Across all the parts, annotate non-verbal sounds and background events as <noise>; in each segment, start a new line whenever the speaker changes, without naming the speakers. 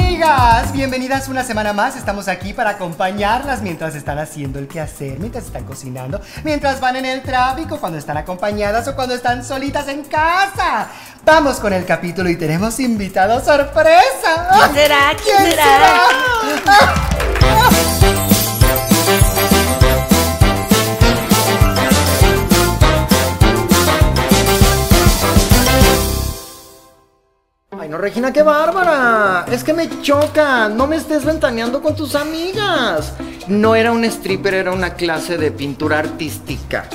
Bienvenidas, bienvenidas una semana más. Estamos aquí para acompañarlas mientras están haciendo el quehacer, mientras están cocinando, mientras van en el tráfico, cuando están acompañadas o cuando están solitas en casa. Vamos con el capítulo y tenemos invitado sorpresa.
¿Quién será? ¿Quién será?
será?
Ay, no, Regina, qué bárbara. Es que me choca. No me estés ventaneando con tus amigas. No era un stripper, era una clase de pintura artística.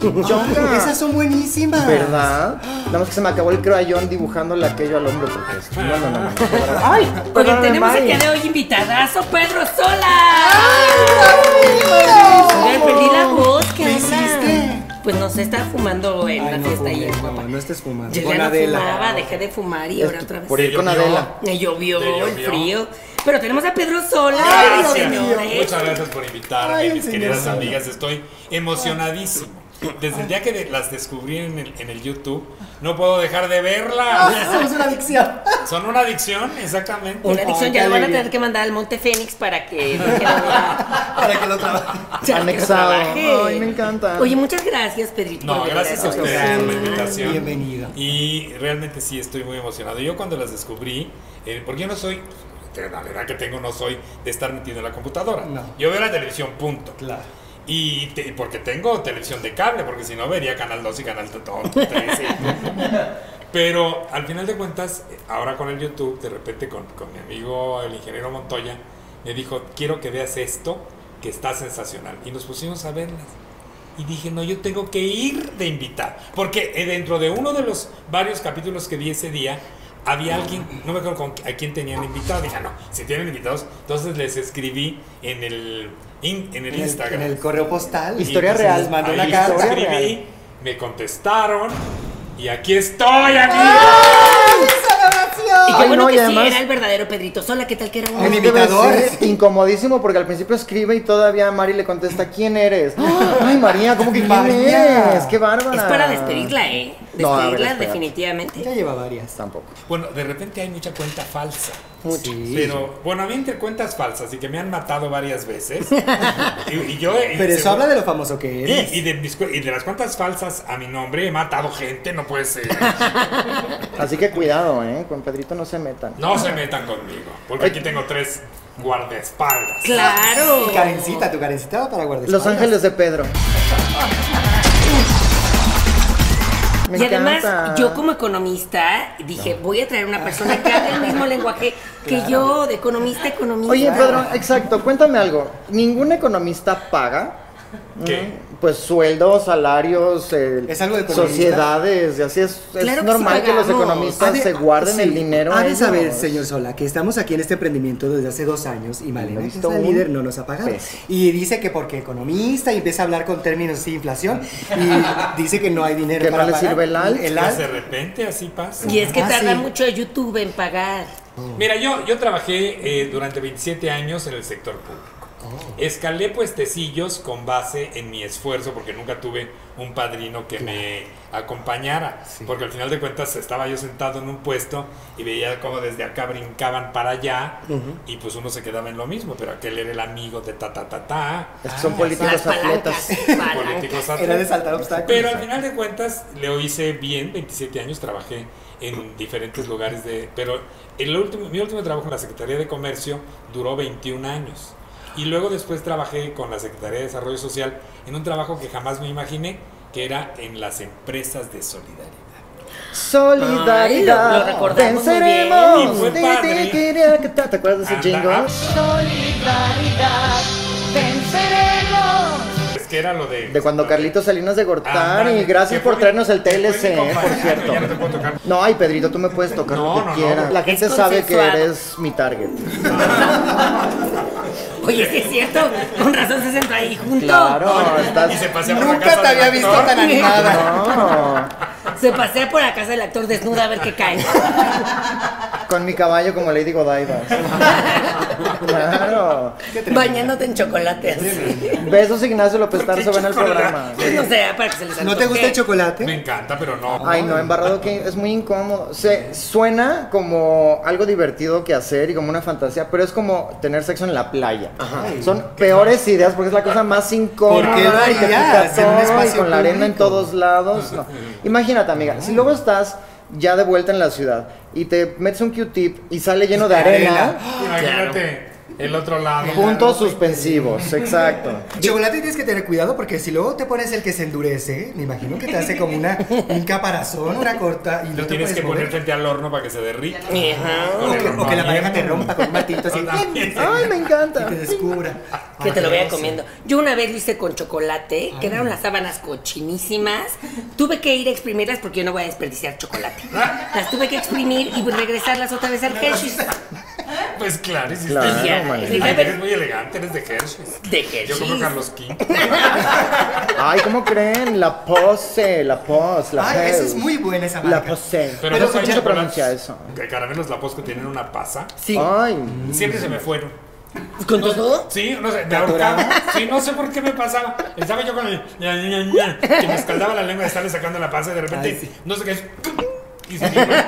Choca.
Esas son buenísimas.
¿Verdad? Nada más que se me acabó el crayón dibujándole aquello al hombre porque es- No, no, no. no. Ay,
Porque
perdóname,
tenemos
Mari.
el día de hoy invitadazo Pedro Sola. Oigan, perdí la voz, ¿qué
¿Qué
onda?
hiciste?
Pues no se está fumando en la fiesta y en guapa.
no, no estés fumando.
Yo
Con
ya no
Adela.
fumaba, dejé de fumar y ahora otra vez.
Por ir con Adela.
Me llovió,
Te
el
llovió.
frío. Pero tenemos a Pedro Sola,
Ay, Dios
señores.
Muchas gracias por invitarme,
Ay,
mis
señor.
queridas amigas. Estoy emocionadísimo. Desde el día que de- las descubrí en el, en el YouTube, no puedo dejar de
<laughs>
verlas.
Ah, Somos una adicción.
Son una adicción, exactamente.
Una adicción
Ay,
ya
qué
lo van a
alegría.
tener que mandar al Monte Fénix para que deje
<laughs>
de hablar.
Para que lo trabaje.
Ya que
Anexado.
trabaje.
Ay, me encanta.
Oye, muchas gracias, Pedrito.
No,
por
gracias a
venir
ustedes
programa.
por la invitación.
Bienvenido.
Y realmente sí estoy muy emocionado. Yo cuando las descubrí, eh, porque yo no soy, de la verdad que tengo, no soy de estar metido en la computadora.
No.
Yo veo la televisión, punto.
Claro.
Y te- porque tengo televisión de cable, porque si no vería Canal 2 y Canal 13.
<laughs>
Pero al final de cuentas, ahora con el YouTube, de repente con, con mi amigo el ingeniero Montoya, me dijo, quiero que veas esto, que está sensacional. Y nos pusimos a verlas. Y dije, no, yo tengo que ir de invitar. Porque eh, dentro de uno de los varios capítulos que vi ese día, había alguien, no me acuerdo con, a quién tenían invitado. Dije, "Ah, no, si tienen invitados, entonces les escribí en el, in- en el
En el,
Instagram.
en el correo postal.
Historia
Entonces
pues
real.
Les mandó
Ahí
una
les
carta.
escribí,
real.
me contestaron y aquí estoy,
Ah.
amigos.
¡Ay, celebración!
Y
Ay,
qué bueno
no,
que
y
sí
además-
era el verdadero Pedrito Sola, ¿qué tal que era un
Un
Es que
imitador.
debe ser incomodísimo porque al principio escribe y todavía Mari le contesta
<gasps>
¿Quién eres? Ay María, ¿cómo que quién
María.
eres? ¡Qué bárbara!
Es para despedirla, ¿eh?
No, a ver,
Despedirla
espérate.
Ya
definitivamente.
lleva varias.
Tampoco.
Bueno, de repente hay mucha cuenta falsa.
Mucho.
Pero, bueno, a mí entre cuentas falsas y que me han matado varias
<laughs>
veces. y, y yo, eh,
Pero eso
según-
habla de lo famoso que eres.
Y, y de mis cu- y de las cuentas falsas a mi nombre he matado gente, no
<laughs>
puede ser.
Así que cuidado, ¿eh? Con Pedrito no se metan.
No se metan conmigo, porque aquí tengo tres guardaespaldas.
¡Claro!
Y Karencita, tu Karencita va para guardar.
Los Ángeles
<laughs>
de Pedro. Me
y además,
encanta.
yo como economista dije, voy a traer una persona que hable el mismo lenguaje que yo, de economista a economista.
Oye, Pedro, exacto, cuéntame algo. ¿Ningún economista paga?
¿Qué?
Pues sueldos, salarios, eh,
¿Es algo de economista?
sociedades, y así es, es
Claro que sí
normal que, los
pagamos.
economistas se guarden el dinero.
Ha de
ellos.
saber, señor Sola, que estamos aquí en este emprendimiento desde hace dos años y Malena,
No he
que es
visto
la
un
líder, no nos ha pagado.
peso.
Y dice que porque economista y empieza a hablar con términos de inflación
<laughs>
y dice que no hay dinero
Que no
para
le
pagar.
sirve el al.
El
Pues
al.
de repente así pasa.
Y es que
Ah,
tarda
sí.
mucho YouTube en pagar.
Mira, yo, yo trabajé eh, durante 27 años en el sector público.
Oh.
Escalé puestecillos con base en mi esfuerzo, porque nunca tuve un padrino que me acompañara. Porque al final de cuentas estaba yo sentado en un puesto y veía cómo desde acá brincaban para allá y pues uno se quedaba en lo mismo, pero aquel era el amigo de ta ta ta ta.
Es que son
Ah,
políticos
Las
atletas.
palancas. palancas.
Políticos
Era de
atletas.
saltar obstáculos.
Pero al final de cuentas lo hice bien, 27 años trabajé en diferentes lugares de... Pero el último, mi último trabajo en la Secretaría de Comercio duró 21 años. Y luego después trabajé con la Secretaría de Desarrollo Social en un trabajo que jamás me imaginé, que era en las empresas de solidaridad.
Solidaridad.
Ay, lo- lo recordamos muy bien.
venceremos.
Y fue
Ti,
padre.
ti, quería que ta- ¿Te acuerdas de ese
Anda,
jingle?
ah. Es que era lo de...
De cuando Carlitos Salinas de Gortari.
Ándale,
gracias
que
por
fue mi-
traernos el
que fue mi
TLC, eh, por
compañero,
cierto.
ya no te puedo tocar.
No, ay, Pedrito, tú me puedes tocar lo
No,
que
no, no.
quieras. La gente sabe que
consensuado.
eres mi
<laughs>
target.
Oye, sí es cierto, con razón se sentó ahí junto.
Claro,
<laughs> Y se
estás.
paseaba por la
Nunca
casa
te
del
había visto
actor.
tan animada.
No. <laughs>
Se pasea por la casa del actor desnuda a ver qué cae.
Con mi caballo como Lady Godiva. claro.
Bañándote en chocolate así.
Besos Ignacio López Tarso, ven al
chocolate?
programa.
No sé, para que se les
¿No te gusta
antoje.
el chocolate?
Me encanta, pero no.
Ay, no, embarrado que es muy incómodo. Se suena como algo divertido que hacer y como una fantasía, pero es como tener sexo en la playa. Son peores ideas porque es la cosa más incómoda.
¿Por qué lo
y te
harías?
pica
En un
todo, y
espacio
con la arena en
público.
todos
<laughs>
lados. no. Imagínate, amiga, si luego estás ya de vuelta en la ciudad y te metes un Q-tip y sale lleno de arena,
Ah,
Imagínate el otro lado.
puntos
<laughs>
suspensivos, exacto.
Chocolate tienes que tener cuidado porque si luego te pones el que se endurece, me imagino que te hace como una, un caparazón, una corta y no
Lo
te
tienes
puedes
que poner
mover.
frente al horno para que se derrita.
Ajá.
O que, o que la pareja te
También.
rompa con un martillo
<laughs>
así
También.
Ay, me
y
encanta.
te descubra.
Que te lo vaya
Asqueroso.
comiendo. Yo una vez lo hice con chocolate, quedaron las sábanas cochinísimas. Tuve que ir a exprimirlas porque yo no voy a desperdiciar chocolate. Las tuve que exprimir y regresarlas otra vez al Hershey's.
Pues claro, hiciste
Claro,
eso.
Ya,
man.
Ay, Eres muy elegante, eres de Hershey's.
De
Yo como
Hershey's.
Carlos King.
Ay, ¿cómo creen? La pose, la pose, la
Ay, esa
pose.
es muy buena esa
La
marca.
pose.
Pero,
Pero
no
¿cómo
se
sabía que
pronuncia
las-
eso?
que Caramelos lapos que tienen una pasa.
Sí.
Ay,
Siempre se me fueron.
¿Con todo?
Sí, no sé, me ahorcaba. Sí, no sé por qué me pasaba. Estaba yo con el ña, ña, ña, que me escaldaba la lengua de estarle sacando la pasa y de repente,
Ay, sí.
no sé qué es. Y se me fue.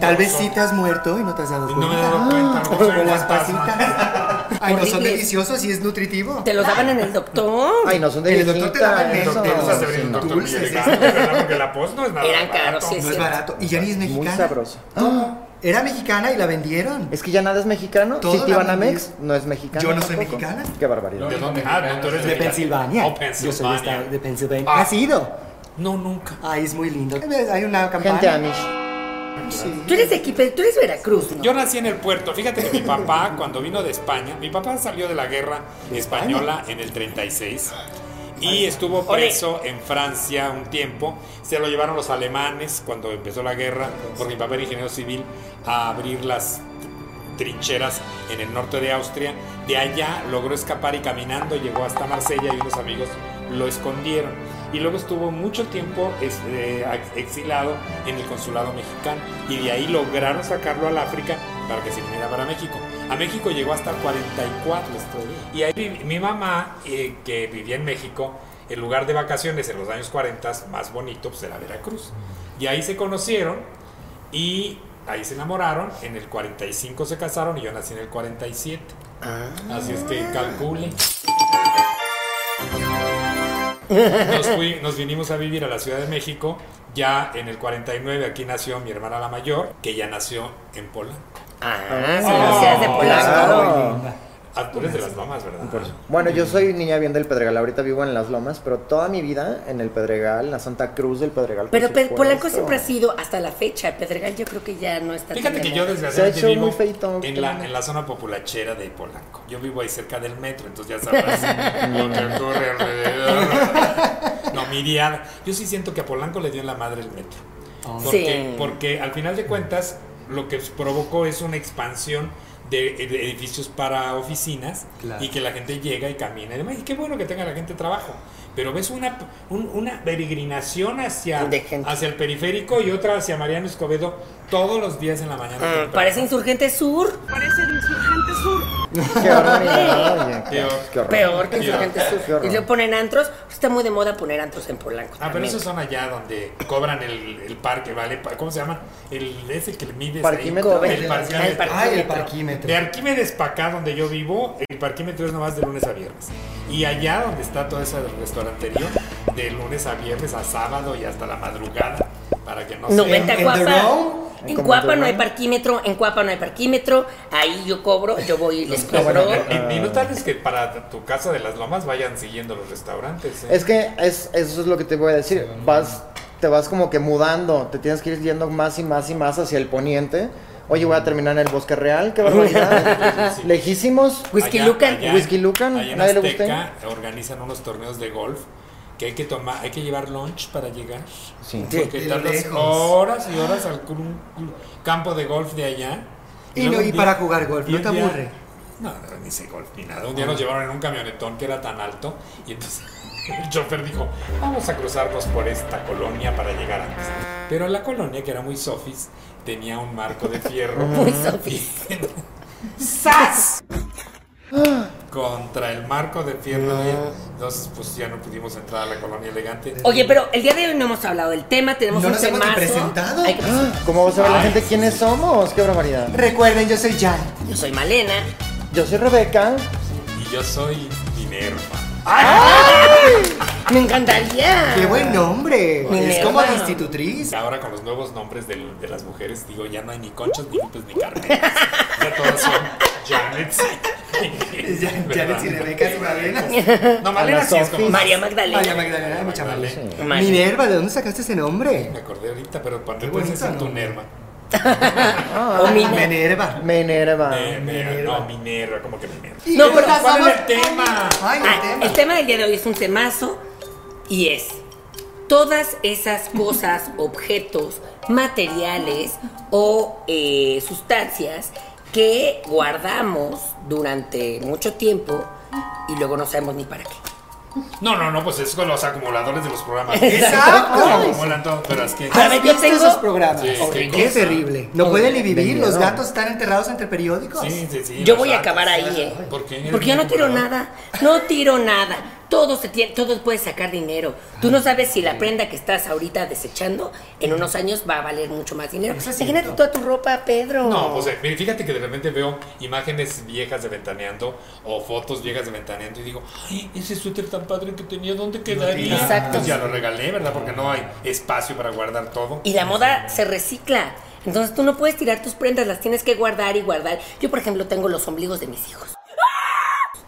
Tal vez sí te has muerto y no te has dado
Y
cuenta.
no me
<laughs>
he dado cuenta. a lo mejor soy
Con
un
las
fantasma.
pasitas. Ay, no, son
Horrible.
deliciosos y es nutritivo.
Te lo daban en el doctor.
Ay, no son de
El doctor te daba el
El
viejitas,
beso.
doctor,
eso,
o sea, se abrió
sí,
un
no.
doctor muy
Dulces,
elegante,
sí.
¿verdad? Porque la post no es nada.
Eran
barato.
caros, sí,
No es
cierto.
barato. Y ya ni es mexicana.
Muy sabroso.
No, era mexicana y la vendieron.
Es que ya nada es mexicano.
Todo
Si
la
Citibanamex
vendí.
no es mexicano.
Yo no soy
tampoco.
mexicana.
Qué barbaridad.
¿De dónde? Ah, no, tú eres
De Pensilvania.
Oh,
Yo
Pensilvania.
soy de, esta- de Pensilvania.
Ah.
¿Has ido?
No, nunca.
Ay, es muy lindo. Hay una campana.
Gente Amish.
Tú eres de aquí, pero tú eres Veracruz, ¿no?
Yo nací en el puerto. Fíjate que mi papá, <laughs> cuando vino de España, mi papá salió de la guerra española en el 36 y estuvo
Ole.
preso en Francia un tiempo. Se lo llevaron los alemanes cuando empezó la guerra, porque mi papá era ingeniero civil, a abrir las trincheras en el norte de Austria. De allá logró escapar y caminando llegó hasta Marsella y unos amigos lo escondieron. Y luego estuvo mucho tiempo es- eh, ex- exilado en el consulado mexicano. Y de ahí lograron sacarlo al África para que se viniera para México. A México llegó hasta el 44. Y ahí vi- mi mamá, eh, que vivía en México, el lugar de vacaciones en los años 40 más bonito pues, era Veracruz. Y ahí se conocieron y ahí se enamoraron, en el 45 se casaron y yo nací en el 47.
Ah.
Así es que calcule. Nos, fui- nos vinimos a vivir a la Ciudad de México. Ya en el 49 aquí nació mi hermana la mayor, que ya nació en Polanco.
Ah, sí,
Oh.
nacías de Polanco.
Claro.
Ah, tú eres de las mamás, ¿verdad?
Bueno, yo soy niña bien del Pedregal. Ahorita vivo en Las Lomas, pero toda mi vida en el Pedregal, en la Santa Cruz del Pedregal. por
Pero Pe-
supuesto.
Polanco siempre ha sido, hasta la fecha, Pedregal yo creo que ya no está.
Fíjate
tan
que
de
yo
moda.
desgraciadamente
hecho muy
vivo
feito,
en la,
claro.
en la zona populachera de Polanco. Yo vivo ahí cerca del metro, entonces ya sabrás lo que ocurre alrededor. No, mi día- Yo sí siento que a Polanco le dio en la madre el metro.
Oh.
Porque,
Sí.
porque al final de cuentas lo que provocó es una expansión de, de edificios para oficinas
Claro.
y que la gente llega y camina. Y demás. Y qué bueno que tenga la gente trabajo. Pero ves una, un- una peregrinación hacia,
De gente.
hacia el periférico y otra hacia Mariano Escobedo todos los días en la mañana.
Ah,
temprano.
Parece Insurgente Sur.
Qué barbaridad. oye,
Peor.
qué horror.
Peor que
Qué
Insurgente
horror. Qué
Sur.
horror.
Y le ponen antros. Está muy de moda poner antros en Polanco.
Ah, pero
también.
esos son allá donde cobran el, el parque, ¿vale? Pa- ¿Cómo se llama? El, ese que mides
Parquímetro.
ahí. El
Ah, el
parquímetro.
Ay, el
parquímetro.
parquímetro.
De Arquímedes para acá, donde yo vivo, el parquímetro es nomás de lunes a viernes. Y allá donde está toda esa restaurantería, de lunes a viernes a sábado y hasta la madrugada, para que no,
No,
se...
vete a
¿En
Cuapa.
The Row?
En
¿Cómo
Cuapa
The
no hay
Row?
parquímetro, en Cuapa no hay parquímetro, ahí yo cobro, yo voy y les
Bueno,
cobro.
y, y no tal es que para tu casa de las lomas vayan siguiendo los restaurantes. ¿eh?
Es que es, eso es lo que te voy a decir. Vas, te vas como que mudando, te tienes que ir yendo más y más y más hacia el poniente. Oye, voy a terminar en el Bosque
<laughs>
Real, qué barbaridad.
Sí.
Lejísimos.
Whisky
Allá-
Lucan.
allá-
Whisky Lucan,
allá en
nadie le
Azteca organizan unos torneos de golf que hay que tomar, hay que llevar lunch para llegar.
Sí.
Porque
De
tardas
lejos.
horas y horas al cru- cru- campo de golf de allá.
Y,
luego
no,
un
y
día-
para jugar golf,
y
¿no
un
te
día-
aburre?
No, no, ni sé golf ni nada. Un día nos llevaron en un camionetón que era tan alto y entonces <laughs> el chofer dijo, vamos a cruzarnos por esta colonia para llegar antes. Pero la colonia, que era muy sofis, tenía un marco de
<laughs>
fierro.
Muy sofis.
¡Sas! Contra el marco de fierro. Entonces, pues ya no pudimos entrar a la colonia elegante.
Oye, pero el día de hoy no hemos hablado del tema, tenemos
No
un
nos hemos ni
temazo.
presentado.
Hay que-
Ah, ¿Cómo va a saber la
Ay,
gente quiénes somos? ¡Qué barbaridad!
Recuerden, yo soy Jan.
Yo soy Malena.
Yo soy Rebeca.
Y yo soy Minerva.
Me encantaría.
¡Qué buen nombre!
Minerva.
Es como de <laughs> institutriz.
Ahora con los nuevos nombres del- de, las mujeres, digo, ya no hay ni conchas, ni lupes, ni carmen. <laughs> Ya todas son Janets.
<laughs> Jan- Janet y Rebeca y Malena.
No, <laughs> Malena
Ana
sí es como.
Sofi.
María Magdalena.
María Magdalena, hay mucha Malena.
Malena.
Minerva, ¿de dónde sacaste ese nombre?
Me acordé ahorita, pero cuando
Qué
puedes
bonito,
decir tu
¿no?
Nerva.
O Mina.
Minerva.
Menerva.
Ah,
Eh, me- No, Minerva, como que Minerva.
No, pero
Minerva,
¿cuál
somos-
era el tema?
Ay,
Ah,
el tema.
el tema del día de hoy es un temazo y es todas esas cosas, objetos, materiales o eh, sustancias que guardamos durante mucho tiempo y luego no sabemos ni para qué.
No, no, no, pues es con los acumuladores de
<laughs>
los programas.
Exacto.
Acumulan todo, pero Pues es que.
A
¿Has
ver, yo
visto
tengo-
esos programas?
Sí,
Horrible.
qué
qué
cosa.
terrible. No pueden ni vivir. Los
vendieron.
gatos están enterrados entre periódicos.
Sí, sí, sí.
Yo
los
voy a
datos.
acabar ahí, ¿eh?
¿Por qué?
Porque yo no tiro nada, no tiro nada. Todo se tiene, todo puede sacar dinero. Tú no sabes si la prenda que estás ahorita desechando en unos años va a valer mucho más dinero.
Eso es
Imagínate
cierto.
toda tu ropa, Pedro.
No, pues o sea, mire, fíjate que de repente veo imágenes viejas de Ventaneando o fotos viejas de Ventaneando y digo, ay, ese suéter tan padre que tenía, ¿dónde quedaría?
tiene.
Exacto.
Pues ya lo regalé, ¿verdad? Porque no hay espacio para guardar todo.
Y la moda se recicla. Entonces tú no puedes tirar tus prendas, las tienes que guardar y guardar. Yo, por ejemplo, tengo los ombligos de mis hijos.
¡Ah!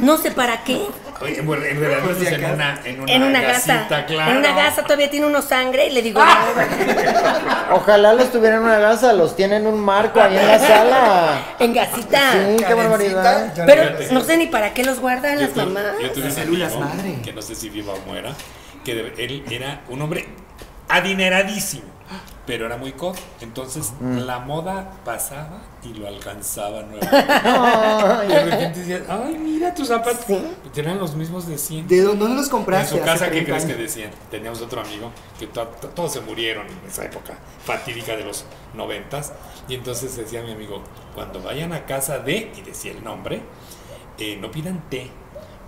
No sé para qué.
Oye, bueno, en realidad
Por si
pues, en,
acaso.
una, en una
En una
gasita,
gasa.
claro. ¡Ah!
En una gasa todavía tiene uno sangre y le digo, no,
Ojalá los tuvieran en una gasa, los tienen en un marco ahí en la sala.
en gasita.
Sí, qué barbaridad.
Karencita, ya
Pero
Fíjate.
no sé ni para qué los guardan
Yo
las
tu-
mamás.
yo tuve
Las
un
células
amigo,
madre.
Que no sé si viva o muera, que de- él era un hombre adineradísimo, pero era muy codo. Entonces la moda pasaba y lo alcanzaba nuevamente. Y de repente decías, ay, mira tus zapatos. Tenían los mismos de siempre.
¿De dónde dónde los
En
compraste?
su
hace
casa, ¿qué
30
crees que
años?
decían? Teníamos otro amigo que to- to- todos se murieron en esa época fatídica de los noventas. Y entonces decía mi amigo, cuando vayan a casa de, y decía el nombre, eh, no pidan té,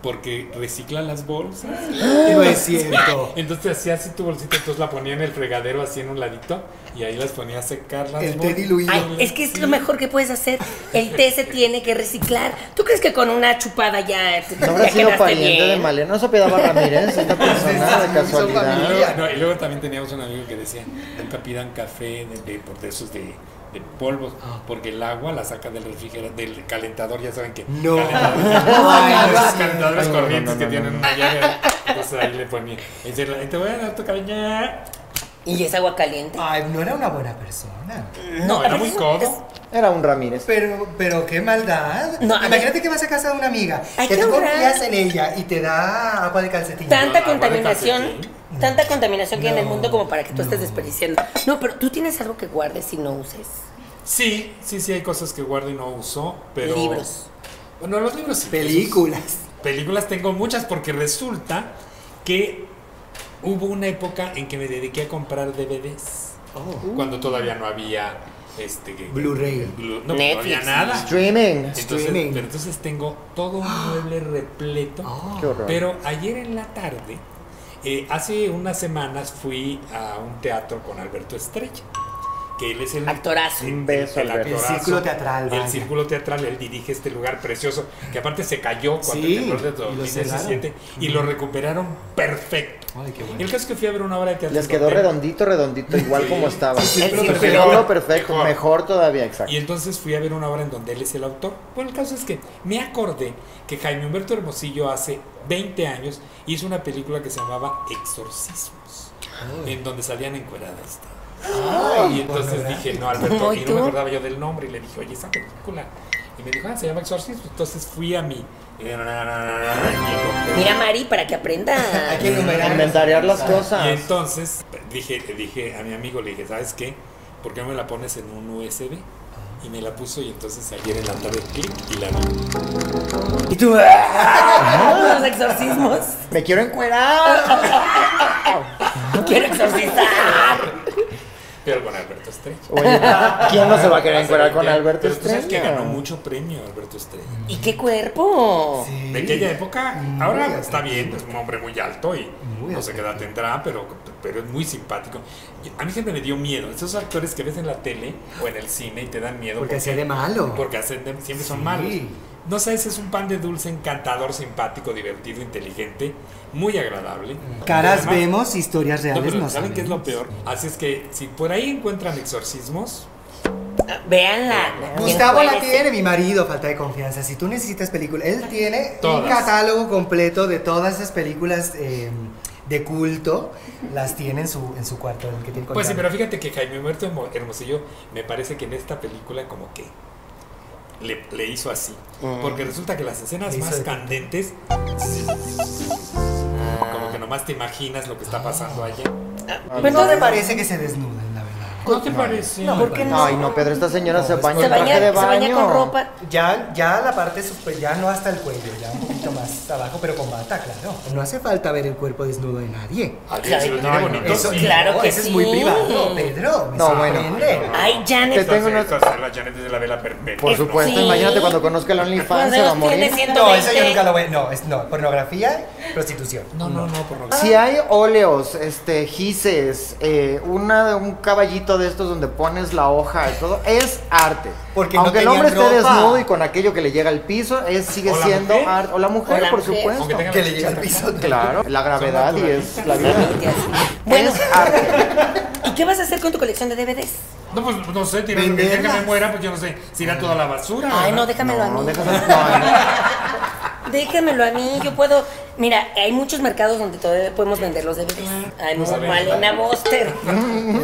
porque recicla las bolsas.
No es cierto.
Entonces hacía así tu bolsita, entonces la ponía en el fregadero así en un ladito y ahí las ponía a secar las
El té
bolsas.
diluido.
Ay, es que es lo mejor que puedes hacer. El té se tiene que reciclar. ¿Tú crees que con una chupada ya, te-
¿No habrá
ya
sido
quedaste
pariente
bien?
de Malena Sopiedad Ramírez?
<laughs>
Esta persona de
Y
casualidad.
familia.
luego, no, y luego también teníamos un amigo que decía, nunca pidan café de, de- por de esos de, de polvos,
Ah.
porque el agua la saca del refrigerador, del calentador, ya saben que <laughs>
No.
calentadores-
<laughs> Ay, no
de esos
es
calentadores
cierto.
corrientes que tienen una llave, entonces ahí le ponía, y dice, te voy a dar tu cariño.
Y es agua caliente.
Ay, no era una buena persona.
No, era muy
es-
codo.
Era un Ramírez.
Pero, pero qué maldad.
No, a
Imagínate que vas a casa de una amiga,
Hay
que
que
tú
ahorrar.
confías en ella y te da agua de calcetín.
Tanta
No, agua de
contaminación,
calcetín.
tanta contaminación que hay en el
No,
mundo como para que tú estés desperdiciando. No, pero tú tienes algo que guardes y no uses.
Sí, sí, sí, hay cosas que guardo y no uso, pero...
Libros.
Bueno, los libros sí.
Películas.
Películas tengo muchas porque resulta que hubo una época en que me dediqué a comprar DVDs. Cuando todavía no había este
Blu-ray.
Blu- no, no
Netflix.
había nada.
Streaming.
Entonces,
Streaming.
pero entonces tengo todo un mueble repleto.
Qué horror.
Pero ayer en la tarde, eh, hace unas semanas fui a un teatro con Alberto Estrella, que él es el
Actorazo.
el-
Un beso, Alberto.
actorazo.
El círculo teatral,
El
vaya.
círculo teatral, él dirige este lugar precioso, que aparte se cayó cuando
Sí,
el temblor de
y lo
2017 y lo recuperaron perfecto.
Ay, qué bueno.
El caso es que fui a ver una obra de teatro.
Les quedó
donde-
redondito, redondito, igual
Sí.
como estaba.
Sí,
El
pero
círculo.
perfecto.
Pero perfecto,
Mejor.
mejor todavía, exacto.
Y entonces fui a ver una obra en donde él es el autor. Bueno, el caso es que me acordé que Jaime Humberto Hermosillo hace 20 años hizo una película que se llamaba Exorcismos, en donde salían encueradas. y entonces
bueno,
dije, no, Alberto,
¿Cómo
y no
tú?
me acordaba yo del nombre, y le dije, oye, esa película. Y me dijo, ah, se llama Exorcismos. Entonces fui a mi.
Mira, Mari, para
<laughs>
que aprendas.
Hay que enumerar.
Inventariar las cosas.
Y entonces dije, dije a mi amigo, le dije, ¿sabes qué? ¿Por qué no me la pones en un USB? y me la puso y entonces ayer en la tarde clic y la vi.
Y tú. ¡ah! Los exorcismos.
Me quiero encuerar.
Ah.
Quiero exorcizar.
Pero con Alberto Estrella.
Oye, <laughs> ¿quién no se va a querer encuerar con
Pero
Alberto
tú sabes que ganó
Estrella?
mucho premio Alberto Estrella.
¿Y qué cuerpo?
De aquella época,
Mm,
ahora está bien, es un hombre muy alto y no sé qué edad tendrá, pero, pero es muy simpático. Y a mí siempre me dio miedo. Esos actores que ves en la tele o en el cine y te dan miedo.
Porque hace de malo.
Porque hacen de- siempre son
Sí.
malos. No sabes, es un pan de dulce encantador, simpático, divertido, inteligente, muy agradable.
Caras
Además-
vemos, historias
No,
reales
pero
no,
¿Saben qué es lo
sabemos.
peor? Así es que si por ahí encuentran exorcismos,
Ah, Veanla.
Gustavo la tiene, mi marido, falta de confianza. Si tú necesitas películas, él tiene un
Todas.
catálogo completo de todas esas películas eh, de culto. Las tiene en su, en su cuarto, el que tiene
Pues sí, pero
colgado.
fíjate que Jaime Muerto Hermo- Hermosillo me parece que en esta película como que le, le hizo así. Porque resulta que las escenas
Le hizo
más
de-
candentes,
Ah.
como que nomás te imaginas lo que está pasando allá.
Pues
No me parece que se desnudan, la verdad.
¿No te parece?
¿Por qué no? pues,
Ay, no, Pedro, esta señora se baña
Se
en traje
baña,
de
se
baño.
baña con ropa.
Ya, ya la parte super, ya no hasta el cuello, ya un poquito más abajo, pero con bata, claro. No hace falta ver el cuerpo desnudo de nadie.
Adiós, si lo tiene
Ay,
bonito,
eso-
Pues sí.
claro
no,
que
eso
sí.
es muy privado, Pedro. Me
No, bueno.
sorprende.
Ay,
Te
Janet.
tengo una-
Entonces, entonces, la Janet es de la vela perpetua.
Por
¿no?
supuesto,
Sí.
imagínate cuando conozca el OnlyFans
Cuando
se va a
los tiene
morir.
cien-
No, eso yo
120.
nunca lo voy. No, es, no, pornografía, prostitución.
No, no, no, por lo
Si
Ah.
hay óleos, este, gises, eh, una, un caballito de estos donde pones la hoja y todo, es arte.
Porque no
Aunque el
tenían
hombre esté
ropa.
desnudo y con aquello que le llega al piso, es, sigue
¿O la
siendo
mujer?
arte. O la mujer,
¿O la
por
mujer?
Aunque
supuesto.
tenga
Que
la
le llegue al
chicha
piso.
Claro, la gravedad y es la vida.
Bueno, <laughs>
Es arte.
¿y qué vas a hacer con tu colección de DVDs?
No, pues no sé, tiene que
Venderlas.
que me muera, pues yo no sé, si irá toda la basura.
Ay, no,
¿verdad?
déjamelo a
No,
mí.
déjame- no, no.
Déjamelo a mí, yo puedo. Mira, hay muchos mercados donde todavía podemos vender los DVDs. Ay, mi Malena Monster.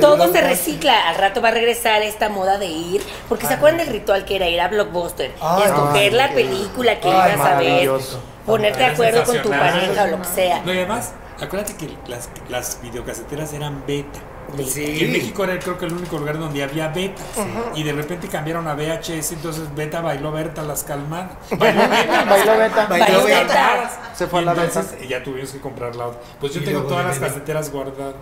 Todo se recicla. Al rato va a regresar esta moda de ir. Porque se acuerdan del ritual que era ir a Blockbuster,
Ay,
escoger
ay,
la
qué-
película que
ay,
ibas a ver,
maravilloso.
ponerte de
Era
acuerdo con tu
sensacional.
pareja o lo que sea.
No, y además, acuérdate que las, las videocaseteras eran beta.
Sí.
Y en México era creo que el único lugar donde había beta. Y de repente cambiaron a VHS, entonces beta bailó Berta las calmadas.
<laughs>
Bailó beta. las
Bailó Beta.
Bailó
Las
Beta.
Calmadas.
Se fue
Y
a la
entonces ya tuvimos que comprar la otra. Pues yo
Y
tengo
luego
todas
de
las
beta.
caseteras guardadas.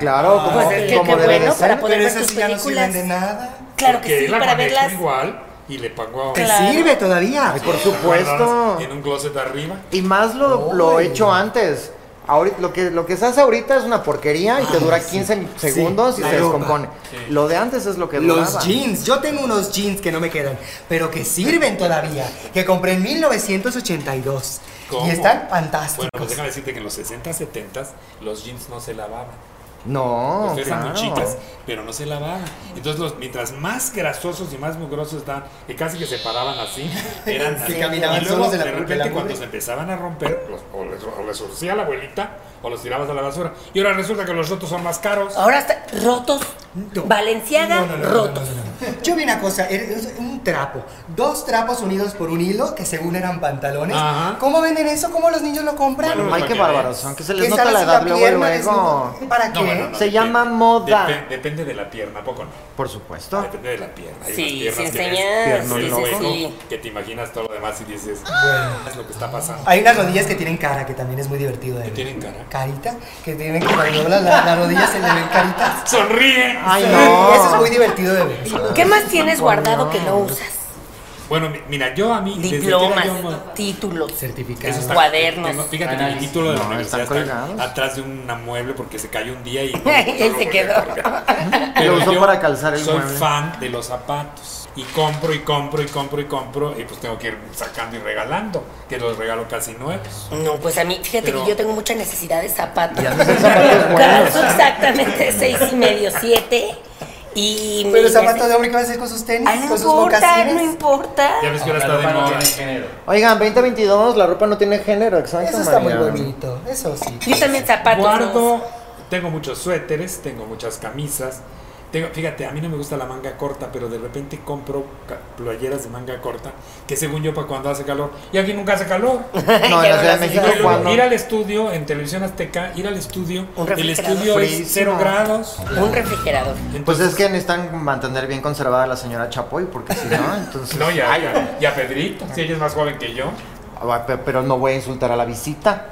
Claro, como,
Pues es que
como
qué
debe de
bueno para
ser.
poder
Pero
ver
eso
tus
sí ya no
películas.
sirven de nada.
Claro que
Porque
sí,
la
para
manejo
verlas.
igual y le pagó a
Te
Claro.
sirve todavía.
Por supuesto.
guardadas En un closet arriba.
Y más lo, lo
Oy.
hecho antes. Ahorita, lo, que, lo que se hace ahorita es una porquería y te dura 15 segundos
Sí,
y
la
se
ropa.
descompone. Lo de antes es lo que
Los
duraba.
jeans, yo tengo unos jeans que no me quedan, pero que sirven todavía, que compré en 1982
¿Cómo?
y están
Bueno,
fantásticos.
pues déjame decirte que en los 60, 70 los jeans no se lavaban.
Oh,
No,
Ustedes eran
claro.
muchitas, pero no se lavaban. Entonces, los, mientras más grasosos y más mugrosos estaban, que casi que se
<laughs>
paraban así, eran
Sí,
así.
caminaban
y luego,
solos de
de,
la- de la
repente,
mugre.
cuando se empezaban a romper, los- o, les, o les surcía la abuelita, o los tirabas a la basura. Y ahora resulta que los rotos son más caros.
Ah,
Ahora está rotos.
No.
Valenciaga,
No, no, no, no,
rotos.
no, no, no. Yo vi una cosa, era- es un trapo, dos trapos unidos por un hilo que según eran pantalones.
Ajá.
¿Cómo venden eso? ¿Cómo los niños lo compran?
Bueno, pues,
Ay, qué
Porque-
bárbaros, aunque se les
Que
nota
sale
la
así
edad luego,
pierna
luego.
desnuda. ¿Para qué?
No, bueno, no,
Se
depende-
llama moda.
depe- depende de la pierna, ¿a poco no?
Por
Ah.
supuesto.
Depende de la pierna. Hay
Sí,
unas
se
piernas que ves,
enseñan.
piernas
Sí,
luego,
sí, sí.
que te imaginas todo lo demás y dices, es lo que está pasando.
Hay unas rodillas que tienen cara, que también es muy divertido. de ver.
tienen cara?
Carita, que tienen que cuando doblas la, la rodilla se le ven caritas.
¡Sonríe!
Ay,
Sí,
no.
Eso es muy divertido de ver.
¿Qué más tienes guardado que no usas?
Bueno, mi- mira, yo a mí... desde que era
Diplomas,
yo mo-
títulos.
Certificado.
Eso está-
Cuadernos.
tengo- fíjate que el título de la
No,
universidad
están
está
colgados.
atrás de un mueble porque se cayó un
<laughs>
día y.
Él se quedó.
<laughs> Lo usó
yo
para calzar el
Soy
mueble.
fan de los zapatos. Y compro y compro y compro y compro. Y pues tengo que ir sacando y regalando. Que los regalo casi nuevos.
No, pues a mí, fíjate
Pero-
que yo tengo mucha necesidad de zapatos.
Y a veces zapatos buenos.
¿eh?
Calzo exactamente seis y medio, siete. Y
Pero
me-
los zapatos de hombre, ¿qué vas a hacer con sus tenis?
Ay, no
¿Con sus
importa, no
mocasines?
importa.
Ya ves que ahora está de moda.
Oigan, 2022, la ropa no tiene género, exacto.
Eso está muy
María.
bonito, eso sí.
Yo también zapatos. no uso.
Guardo. Tengo muchos suéteres, tengo muchas camisas. Tengo, fíjate, a mí no me gusta la manga corta, pero de repente compro ca- playeras de manga corta, que según yo para cuando hace calor, y aquí nunca hace calor.
<laughs> No, en la Ciudad de
Y
México,
luego
cuando.
ir al estudio, en televisión azteca, ir al estudio,
Un
el
refrigerador.
estudio es
Frísimo.
cero grados.
Un refrigerador.
Pues
Entonces,
es que necesitan mantener bien conservada a la señora Chapoy, porque si
<laughs>
no, entonces.
No, ya,
Ay,
ya, ya Pedrito, si ella es más joven que yo.
ah, pe- Pero no voy a insultar a la visita.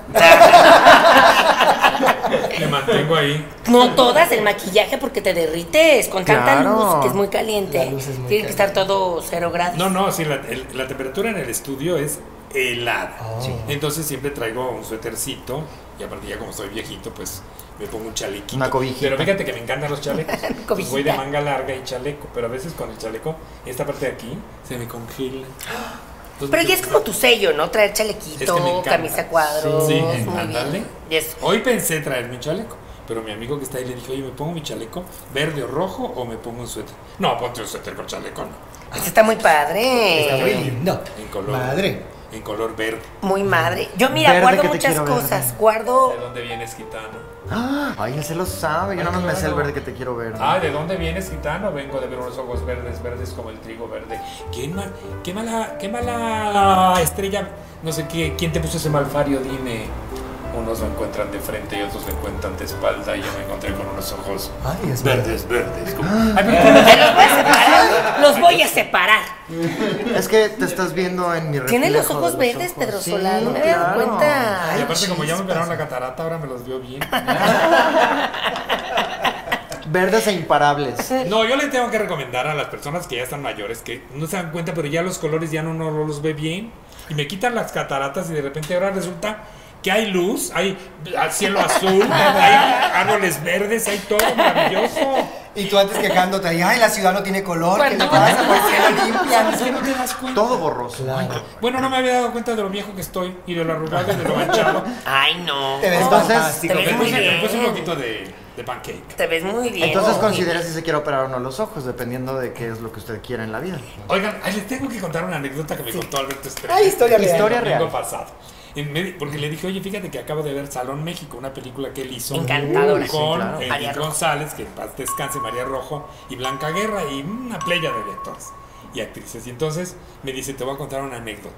Le mantengo ahí.
No todas, el maquillaje porque te derrites con tanta
Claro.
luz que es muy caliente.
La luz es muy
Tiene que estar todo cero grados.
No, no, sí, la, el- la temperatura en el estudio es helada.
Oh.
Entonces siempre traigo un suétercito y aparte ya como soy viejito, pues me pongo un chalequito.
Una cobijita.
Pero fíjate que me encantan los chalecos.
<laughs>
Pues
Cobijita.
voy de manga larga y chaleco, pero a veces con el chaleco, esta parte de aquí se me
<gasps>
congela. Entonces,
Pero
me
ya es como tu sello, ¿no? Traer chalequito,
Es que me encanta.
camisa cuadros.
Sí,
muy bien.
ándale.
Y eso.
Hoy pensé traer mi chaleco, pero mi amigo que está ahí le dijo, oye, ¿me pongo mi chaleco verde o rojo o me pongo un suéter? No, ponte un suéter con chaleco, no.
Eso está muy padre.
Está muy lindo.
En color.
Madre.
En color verde.
Muy madre. Yo, mira,
Verde
guardo
que te
muchas
quiero ver.
cosas. Guardo.
¿De dónde vienes, gitano?
Ah, Ay, él se lo sabe. Yo
Ay,
no me sé el
claro.
verde que te quiero ver.
Ah, ¿de dónde vienes, gitano? Vengo de ver unos ojos verdes, verdes como el trigo verde. ¿Quién ma- ¿Qué mala, qué mala estrella? No sé qué, ¿quién te puso ese malfario? Dime. Unos lo encuentran de frente y otros lo encuentran de espalda. Y yo me encontré con unos ojos
Ay, es verdad.
verdes, verdes. como-
<laughs>
Ay, pero-
Ya los voy a separar. Los voy a separar.
Es que te estás viendo en mi reflejo.
Tiene los
de
ojos verdes,
ojos.
Pedro
Sí,
Solá. No me había dado
claro.
cuenta.
Y aparte, como ya me operaron la catarata, ahora me los vio bien.
Verdes e imparables.
No, yo le tengo que recomendar a las personas que ya están mayores que no se dan cuenta, pero ya los colores ya no, no los ve bien. Y me quitan las cataratas y de repente ahora resulta que hay luz, hay
<laughs>
cielo azul, hay árboles verdes, hay todo maravilloso.
Y tú antes quejándote ahí, ay, la ciudad no tiene color, ¿qué le pasa? ¿Por
<laughs>
qué lo limpian?
¿Sabes qué? No te das cuenta.
Todo borroso.
Claro.
Bueno, no me había dado cuenta de lo viejo que estoy y de lo arrugado y de lo
<laughs>
manchado.
Ay, no.
Te ves
Entonces,
fantástico.
te
Me
ves muy
puse, me
bien.
puse un poquito de, de pancake.
Te ves muy bien.
oh,
Entonces
Muy bien.
considera si se quiere operar o no los ojos, dependiendo de qué es lo que usted quiera en la vida.
Oigan, ay, les tengo que contar una anécdota que me contó Alberto Estrella.
Ay, historia real.
Historia
el domingo
real.
pasado. En medio- porque le dije, oye, fíjate que acabo de ver Salón México, una película que él hizo
Encantadora.
con
Sí, claro.
eh,
María
Edith
Rojo.
González, que en paz descanse, María Rojo, y Blanca Guerra, y una playa de actores y actrices. Y entonces me dice, te voy a contar una anécdota.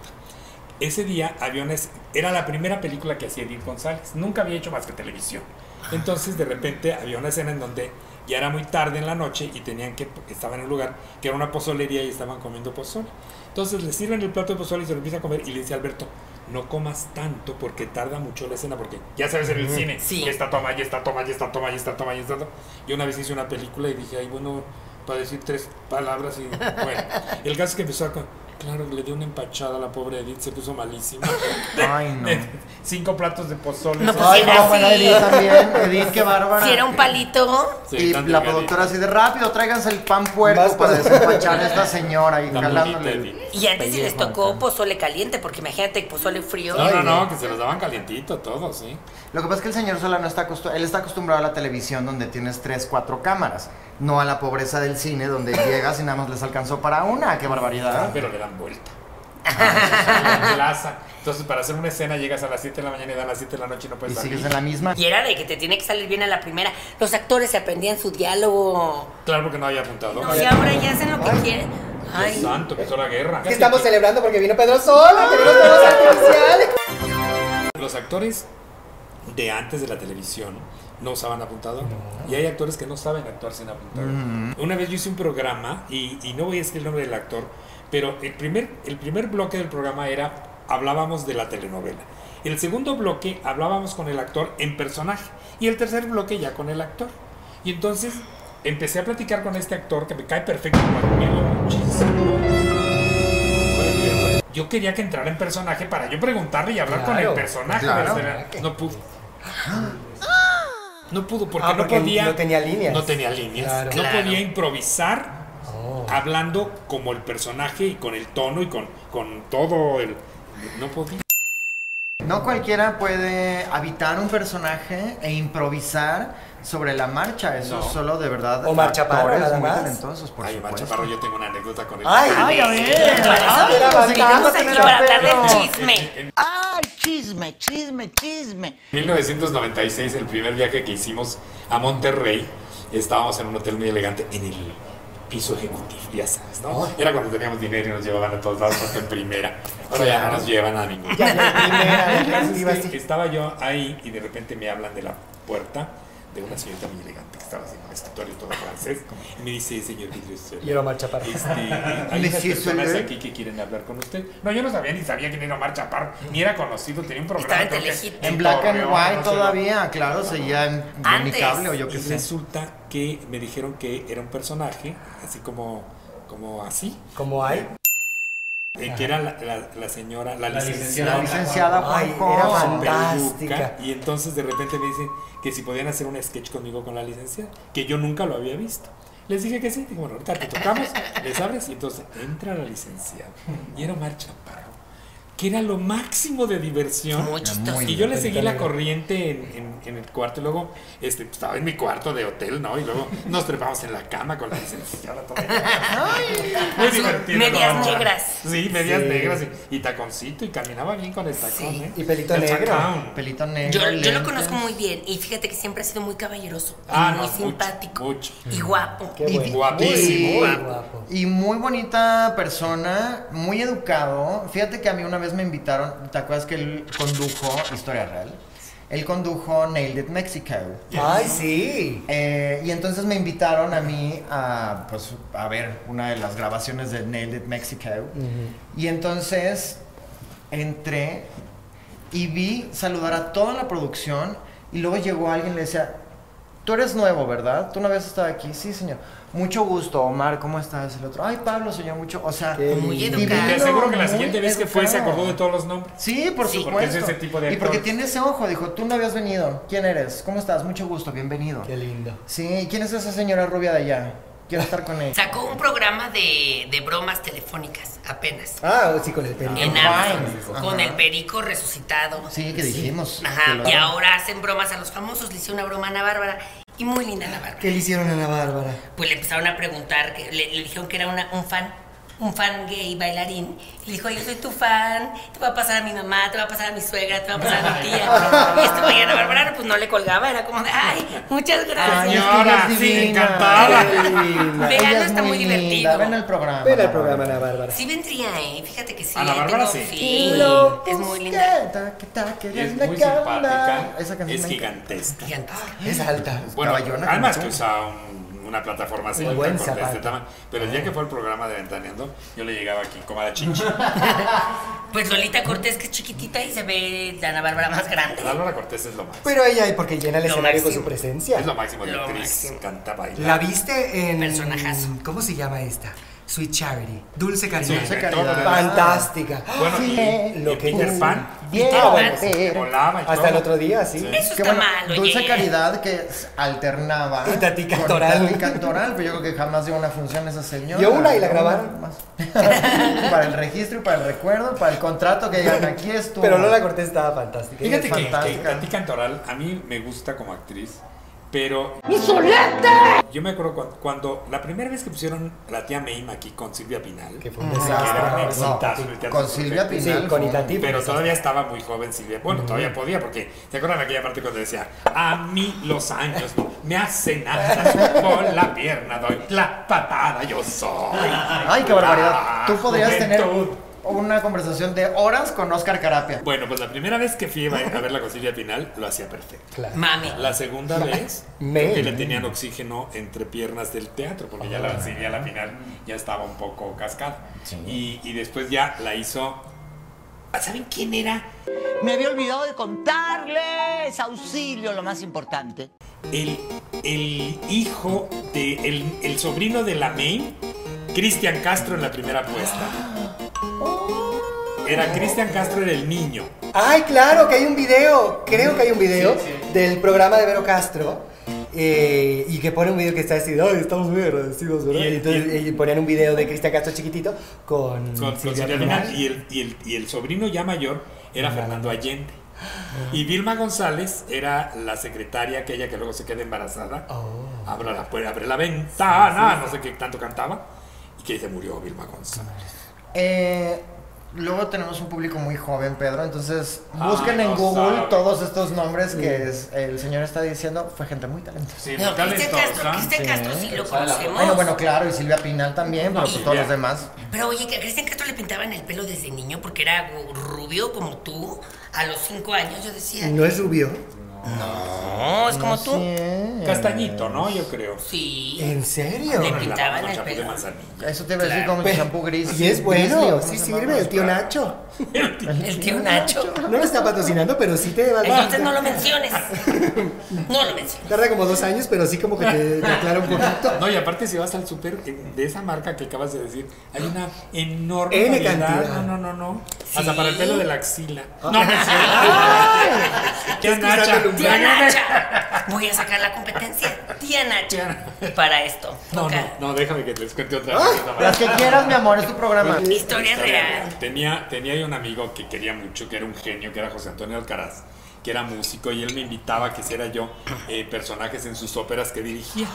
Ese día aviones era la primera película que hacía Edith González. Nunca había hecho más que televisión. Entonces de repente había una escena en donde ya era muy tarde en la noche y tenían que estaban en un lugar que era una pozolería y estaban comiendo pozole. Entonces le sirven el plato de pozole y se lo empieza a comer y le dice a Alberto, no comas tanto porque tarda mucho la escena porque ya sabes en el cine,
Sí.
y esta toma, y esta toma, y esta toma, y esta toma, y esta toma. Yo una vez hice una película y dije, ay bueno, para decir tres palabras y
<laughs>
bueno. El caso es que empezó a... co- Claro, le dio una empachada a la pobre Edith, se puso malísima.
Ay, <laughs> no.
<laughs> Cinco platos de pozole.
No, pues,
Ay,
era
no, bueno,
así.
Edith también. Edith, qué bárbara.
Si era un palito,
Sí,
Y
tan
la
delgadita.
productora así de rápido, tráiganse el pan
Más
puerco para
cosas.
<laughs>
despachar a esta señora y
Tan
jalándole.
bonita,
el-
Edith.
y antes si les
Pellejo,
tocó
ajá.
pozole caliente, porque imagínate pozole frío.
No, no, no, que se los daban calientito todos, ¿sí?
Lo que pasa es que el señor Sola no está acostumbrado, él está acostumbrado a la televisión donde tienes tres, cuatro cámaras, no a la pobreza del cine donde
<laughs>
llegas y nada más les alcanzó para una, qué barbaridad.
Pero le dan vuelta. Ah, Le enlazan. Entonces, para hacer una escena, llegas a las 7 de la mañana y dan las 7 de la noche y no
Y
puedes salir.
sigues en la misma.
Y era de que te tiene que salir bien a la primera. Los actores se aprendían su diálogo.
Claro, porque no ah, había apuntado.
No, y ahora ya hacen lo que quieren.
Dios
Ay,
santo, empezó la guerra.
Que estamos celebrando porque vino Pedro Sola, tenemos todos
Oh.
artificiales.
Los actores de antes de la televisión no usaban apuntador. Y hay actores que no saben actuar sin apuntador. Una vez yo hice un programa, y, y no voy a decir el nombre del actor, pero el primer, el primer bloque del programa era, hablábamos de la telenovela. El segundo bloque hablábamos con el actor en personaje. Y el tercer bloque ya con el actor. Y entonces empecé a platicar con este actor que me cae perfecto, me admiro muchísimo. Yo quería que entrara en personaje para yo preguntarle y hablar con
Claro,
el personaje.
claro.
pero era- No pudo. No pudo porque,
Ah, porque
no podía.
no tenía líneas.
No tenía líneas.
Claro.
No
Claro.
podía improvisar hablando como el personaje y con el tono y con, con todo el. No podía.
No cualquiera puede habitar un personaje e improvisar sobre la marcha, eso
No.
es solo de verdad.
Omar Chaparro,
actores
nada
muy
más.
talentosos, por
Ay, Omar
supuesto. <laughs>
Chaparro, yo tengo una anécdota con él.
Ay,
Ay, a ver. Ah, pues,
Ay,
nos vinimos aquí
tener a
para hablar
Pedro.
del chisme.
Ah, chisme, chisme, chisme.
1996, el primer viaje que hicimos a Monterrey, estábamos en un hotel muy elegante en el piso ejecutivo, ya sabes, ¿no? Era cuando teníamos dinero y nos llevaban a todos lados hasta en primera. Ahora ya no nos llevan a ningún
Ya la primera, la
Entonces,
creativa,
que-
sí.
Estaba yo ahí y de repente me hablan de la puerta de una señorita muy elegante que estaba haciendo un escritorio todo francés. Y me dice, señor Vidrio,
Y era Omar Chaparro.
<laughs>
este, hay unas
Monsieur
personas
Soler.
aquí que quieren hablar con usted. No, yo no sabía ni sabía quién era Omar Chaparro, ni era conocido, tenía un programa.
Estaba en
creo que
Telehit.
En black and
Torreón,
white
no sé.
todavía, claro, seguía en
Antes.
cable o yo
Y
qué sé.
resulta que me dijeron que era un personaje, así como, como así,
Como hay.
eh, que era la, la- la señora, la,
La
licenciada.
licenciada
Ay,
Juanjo.
era
con
fantástica.
peluca, Y entonces de repente me dicen que si podían hacer un sketch conmigo con la licenciada, que yo nunca lo había visto. Les dije que sí, dije, bueno, ahorita te
<laughs>
tocamos, les abres y entonces entra la licenciada. Y era Omar Chaparro, que era lo máximo de diversión.
Muy chistoso.
Y yo le seguí la corriente en, en- en el cuarto y luego este, pues, estaba en mi cuarto de hotel, ¿no? Y luego nos trepamos en la cama con la licenciada toda. Muy
Azul,
divertido.
medias
¿no?
negras.
Sí, medias
Sí.
negras y, y taconcito y caminaba bien con el tacón.
Sí.
¿eh?
Y pelito
El
negro.
tacón.
Pelito negro.
Yo, yo lo
lentes.
conozco muy bien y fíjate que siempre ha sido muy caballeroso, y
Ah,
muy
no, mucho,
simpático
mucho.
y guapo.
Qué
Y-
bueno.
Guapísimo.
y-
Muy guapo.
Y muy bonita persona, muy educado. Fíjate que a mí una vez me invitaron, ¿te acuerdas que él condujo Historia Real? Él condujo Nailed It Mexico.
Ay, sí.
Eh, y entonces me invitaron a mí a, pues, a ver una de las grabaciones de Nailed It Mexico. Y entonces entré y vi saludar a toda la producción y luego llegó alguien y le decía, tú eres nuevo, ¿verdad? Tú una vez estabas aquí, sí, señor. Mucho gusto, Omar, ¿cómo estás? El otro, ay, Pablo, señor, mucho, o sea,
Qué
Muy
lindo.
educado.
Te aseguro que la
muy
siguiente vez que fue se
educado.
acordó de todos los nombres.
Sí, por
Sí,
supuesto.
porque es ese tipo de
y porque
actor.
tiene ese ojo, dijo, tú no habías venido. ¿Quién eres? ¿Cómo estás? Mucho gusto, bienvenido.
Qué lindo.
Sí, ¿y quién es esa señora rubia de allá? Quiero estar con ella.
Sacó un programa de, de bromas telefónicas apenas.
Ah, sí, con el pelo.
En Amazon,
Ajá.
con el perico resucitado.
Sí, que dijimos. que
Ajá,
lo-
y ahora hacen bromas a los famosos. Le hice una broma a Ana Bárbara y muy linda Ana Bárbara.
¿Qué le hicieron a Ana Bárbara?
Pues le empezaron a preguntar, que le, le dijeron que era una- un fan, un fan gay bailarín. Y le dijo, yo soy tu fan, te va a pasar a mi mamá, te va a pasar a mi suegra, te va a pasar a mi tía. Y esto, y Ana Bárbara pues no le colgaba, era como de, ay, muchas gracias.
Ay, es que
Señora,
ella es
sí,
divina.
encantada.
Qué linda.
Vean,
Ella es
está muy
linda.
divertido.
Ven el programa.
Ven al
Ana
programa, Ana
Bárbara.
Bárbara.
Sí vendría, eh, fíjate que sí.
Ana
eh,
Bárbara,
tengo
sí.
fe.
Lo
Es muy
busqué,
linda.
taca, taca,
Y es
la
muy
cama.
simpática.
Esa canción
es
me encanta.
gigantesca.
Gigantesca.
Es alta.
Bueno,
Caballona,
además que
como tú.
usaba un- una plataforma así
Muy
tan
buen
corta de este
zapato.
tamaño. Pero el día que fue el programa de Ventaneando, yo le llegaba aquí como a la chincha.
Pues Lolita Cortés, que es chiquitita y se ve la Ana Bárbara más grande.
Bárbara Cortés es lo máximo.
Pero ella, ¿y porque llena el
Lo
escenario con
máximo.
su presencia?
Es lo máximo de
Lo
actriz.
máximo.
Canta, baila.
La viste en.
Personajazo.
¿Cómo se llama esta? Sweet Charity. Dulce Cariño.
Dulce Ah.
Caridad.
Fantástica.
Bueno, y-
Fue
y
lo que
Peter
yo
Pan.
pudiera
Peter
Pan,
bueno,
se
sí.
volaba y
Hasta
todo.
el otro día, sí.
Sí.
Eso
Qué
está
bueno,
mal, oye.
Dulce Caridad que s- alternaba.
Y Tati
con
Cantoral.
Tati Cantoral, pero yo creo que jamás dio una función esa señora.
Dio una y la grabaron.
Más. <laughs> para el registro y para el recuerdo, para el contrato que digan aquí es tu.
Pero Lola Cortés estaba fantástica. Ella
Fíjate
es
que, que
fantástica.
Tati Cantoral a mí me gusta como actriz, pero... Yo me acuerdo cuan- cuando, la primera vez que pusieron la tía Meima aquí con Silvia Pinal,
Que fue un
que era un
desastre.
no,
exitazo en el teatro
con Silvia
perfecto.
Sí,
Pinal.
con
fue-
Itatí.
Pero todavía estaba muy joven Silvia. Bueno, todavía podía, porque ¿te acuerdan aquella parte cuando decía a mí los años me hacen nada con la pierna doy la patada yo soy?
Ay, qué barbaridad. Tú podrías tener
Juventud.
una conversación de horas con Oscar Carapia.
Bueno, pues la primera vez que fui a a verla con Silvia Pinal lo hacía perfecto.
Claro.
Mami.
La segunda vez
me-
creo que le tenían oxígeno entre piernas del teatro, porque ya la Silvia a la final ya estaba un poco cascada. Y, y después ya la hizo. ¿Saben quién era?
Me había olvidado de contarles. Auxilio, lo más importante.
El, el hijo de. El, el sobrino de la May, Cristian Castro en la primera apuesta. Era Cristian Castro, era el niño.
Ay, claro, que hay un video. Creo que hay un video del programa de Vero Castro. eh, y que pone un video que está así, ay, estamos muy agradecidos, ¿verdad?
Y
Y,
el-
entonces
y el-
eh, ponían un video de Cristian Castro chiquitito con,
con, con Silvia Pinal, y el, y, el, y el sobrino ya mayor Ah. era Fernando Allende. Y Vilma González era la secretaria, aquella que luego se queda embarazada.
Oh.
Abre la puerta, abre la ventana, no sé qué tanto cantaba. Y que se murió Vilma González.
Eh,
luego tenemos un público muy joven, Pedro, entonces
Ah,
busquen en
no
Google
sabe.
todos estos nombres que es- el señor está diciendo, fue gente muy talentosa.
Sí,
No, Cristian Castro,
talentosa.
Cristian Castro sí lo conocemos.
Bueno, bueno, claro, y Silvia Pinal también, pero pues, todos
Silvia.
los demás.
Pero oye, que a Cristian Castro le pintaban el pelo desde niño porque era gu- rubio como tú. A los cinco años yo decía, no,
No es rubio.
es como tú.
Eh,
Castañito, ¿no? Yo creo.
Sí.
¿En serio?
Le
Nos
pintaban
lavamos
el
champú de
pelo.
manzanilla.
Eso te iba a decir como
Pe-
el champú gris.
Y
grizzly, ¿o
es bueno,
cómo
sí
se
sirve Pues
llama?
el tío Nacho.
El tío Nacho.
No lo está patrocinando, pero sí te va
Entonces no lo menciones. No lo menciones.
Tarda como dos años, pero sí como que te, te aclara un poquito.
No, y aparte si vas al súper eh, de esa marca que acabas de decir, hay una enorme
N
variedad.
cantidad. Ah.
No, no, no, no.
Sí.
Hasta para el pelo de la axila. No, no es cierto. Qué
<laughs> Es que está
nacha.
del
Tía Nacha. Voy a sacar la competencia. Tía Nacha. Para esto.
No,
Toca.
no, no, déjame que les cuente otra
Ah,
vez. otra
Las
vez.
que quieras, mi amor, es tu programa.
Pues,
Historia real.
Tenía, tenía yo un amigo que quería mucho, que era un genio, que era José Antonio Alcaraz, que era músico y él me invitaba a que hiciera yo eh, personajes en sus óperas que dirigía.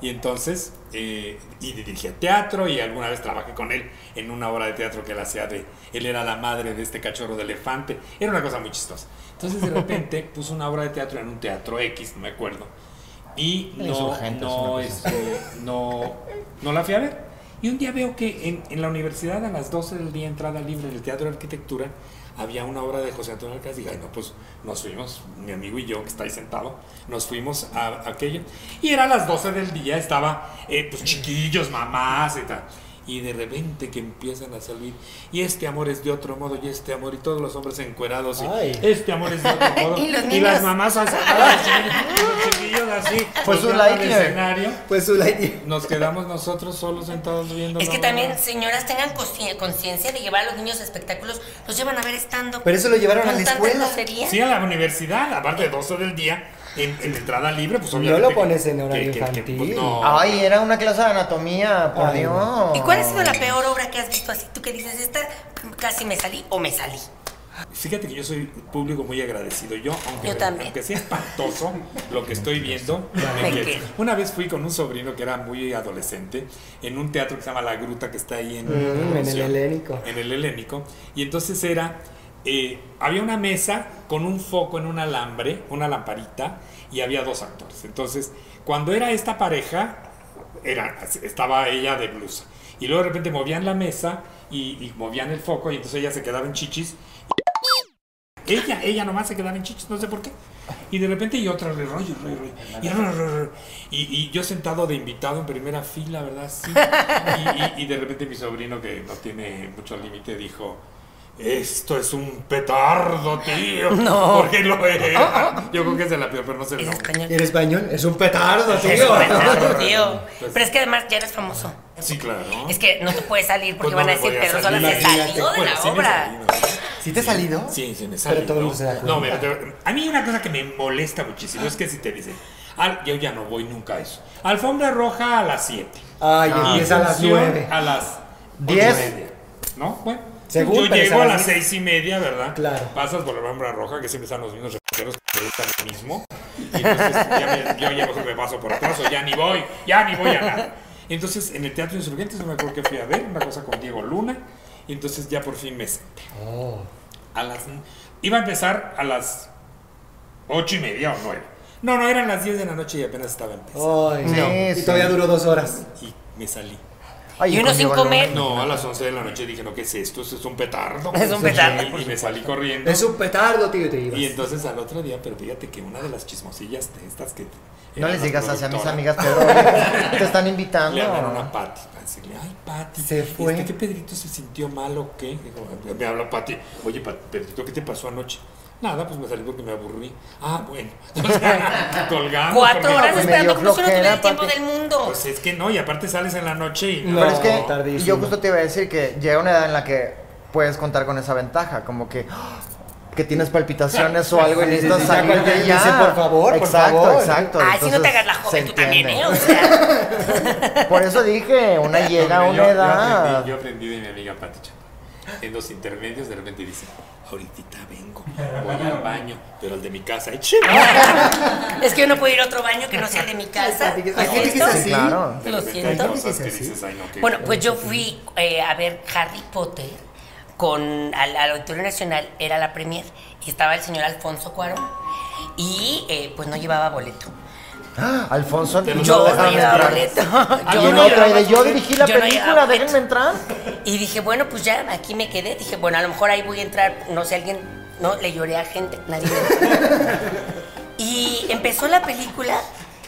Y entonces, eh, y dirigía teatro y alguna vez trabajé con él en una obra de teatro que él hacía de, él era la madre de este cachorro de elefante, era una cosa muy chistosa.
<laughs>
Entonces de repente puso una obra de teatro en un teatro X, no me acuerdo, y no,
Insurgentes,
no,
una
este, no, no la fui a ver. Y un día veo que en, en la universidad a las 12 del día, entrada libre en el Teatro de Arquitectura, había una obra de José Antonio Alcázar. Y dije, "Ay, no, pues nos fuimos, mi amigo y yo, que está ahí sentado, nos fuimos a, a aquello. Y era a las 12 del día, estaba, eh, pues chiquillos, mamás y tal. Y de repente que empiezan a salir, y este amor es de otro modo, y este amor, y todos los hombres encuerados, y
Ay.
este amor es de otro
<laughs>
modo,
Y los
y las
niños.
mamás <laughs> así, los chiquillos así,
Fue su
volteando al
Lightyear.
escenario.
Pues su like.
Nos quedamos nosotros solos sentados viendo.
Es que
la
también,
obra.
señoras, tengan consci- conciencia de llevar a los niños a espectáculos. Los llevan a ver estando.
Pero eso lo llevaron a
Con
la
tanta
escuela.
grosería.
Sí, a la universidad, aparte de 12 del día, en, en entrada libre, pues
No
obviamente.
lo
que- pues,
pones en horario infantil.
Ah,
no.
Ay, era una clase de anatomía, por
Ay,
Dios.
¿Y cuál ha sido la peor obra que has visto así? Tú que dices, esta casi me salí o me salí.
Fíjate que yo soy público muy agradecido. Yo, aunque,
Yo también.
aunque sea espantoso lo que estoy viendo,
Me
me quedo.
quedo.
Una vez fui con un sobrino que era muy adolescente en un teatro que se llama La Gruta, que está ahí en,
Mm, en el helénico.
en el helénico. Y entonces era, eh, había una mesa con un foco en un alambre, una lamparita, y había dos actores. Entonces, cuando era esta pareja, era, estaba ella de blusa. Y luego de repente movían la mesa y, y movían el foco y entonces ella se quedaba en chichis. Ella, ella nomás se quedaba en chichis, no sé por qué. Y de repente y otra, rollo, rollo, rollo, y, rollo, rollo, rollo. Y- y yo sentado de invitado en primera fila, ¿verdad? Sí. Y, y- y de repente mi sobrino, que no tiene mucho límite, dijo, esto es un
<laughs>
petardo, tío. No. Porque lo era. Yo creo que es de la peor, pero no sé el
Es
nombre.
español.
¿Y ¿Eres español? Es un petardo,
Es un
tío.
petardo, tío.
Pues-
Pero es que además ya eres famoso.
Sí, claro.
Es que no te puedes salir porque
Pues no
van a
me
decir,
podía
Pedro Sola
salir.
se salió de
Bueno,
la
sí me
obra.
salí, ¿no?
¿Sí te ha salido?
Sí, se me sale.
todo el
¿no?
mundo se da cuenta.
No, pero te- a mí una cosa que me molesta muchísimo es que si te dicen, "Al- yo ya no voy nunca a eso. Alfombra roja a las 7.
Ay, empieza a las
función
nueve.
A las
Diez.
10. ¿No? Bueno.
Según,
yo
pero es
llego
a
a
las
las
diez.
seis y media, ¿verdad?
Claro.
Pasas por la alfombra roja, que siempre están los mismos reporteros que preguntan lo mismo. Y entonces ya me- yo ya mejor me paso por atrás o ya ni voy, ya ni voy a nada. Entonces en el Teatro Insurgentes no me acuerdo que fui a ver, una cosa con Diego Luna. Y entonces ya por fin me senté. A las, iba a empezar a las ocho y media o nueve. No, no, eran las 10 de la noche y apenas estaba empezando.
Ay,
No.
sí. Y todavía duró dos horas.
Y me salí.
Ay,
Y uno
con
sin
Diego
comer.
No, a las 11 de la noche dije, no, ¿qué es esto? Esto es un petardo.
Es un petardo,
Y-
por
Y, me salí corriendo.
Es un petardo, tío, y te ibas.
Y entonces al otro día, pero fíjate que una de las chismosillas de estas que...
No les digas así
hacia
a mis amigas, Pedro. oye, Te están invitando.
Le hablaron a Pati para decirle, ay, Pati.
Se fue.
¿Este que Pedrito se sintió mal o qué? Dijo, me habla Pati. Oye, Pa- Pedrito, ¿qué te pasó anoche? Nada, pues me salí porque me aburrí. Ah, bueno. <laughs> Colgamos.
Cuatro
porque-
horas
pues, me
esperando
dio
que no tuviera
flojera,
el tiempo
aparte.
del mundo.
Pues es que no, y aparte sales en la noche y...
No.
Pero es que
tardísimo.
yo justo te iba a decir que llega una edad en la que puedes contar con esa ventaja, como que ¡ah! que tienes palpitaciones o algo y
Sí, sí,
necesitas
sí, ya
salir
cualquier
de ya.
dice, por favor, por
exacto,
favor.
exacto.
Ay, si Ah, no te
Entonces,
hagas la joven
se
tú también,
entiende.
¿eh? O
<laughs>
<laughs>
sea,
Por eso dije, una llega a
No,
una
yo- yo
edad.
aprendí- Yo aprendí, de mi amiga Pati Chapoy. En los intermedios de repente dice, ahorita vengo, voy al baño, pero el de mi casa, ¡ay, ching!
es que yo no puedo ir a otro baño que no sea el de mi casa.
Hay
¿No es
gente que es
cierto?
así.
Claro.
De
Lo
repente hay
siento.
cosas que
¿Sí?
dices, ay, no, qué-
Bueno, pues yo fui eh, a ver Harry Potter con, al, al Auditorio Nacional, era la premier, y estaba el señor Alfonso Cuarón, y eh, pues no llevaba boleto.
¡Ah! Alfonso,
Yo
Yo no
déjame
llevaba
entrar.
boleto. <laughs>
Yo
Ah, no
no, otra
llevaba
idea. Yo
boleto.
dirigí la
Yo no
película,
llevaba boleto.
déjenme entrar.
Y dije, bueno, pues ya, aquí me quedé. Dije, bueno, a lo mejor ahí voy a entrar, no sé, alguien, no, le lloré a gente, nadie. me- y empezó la película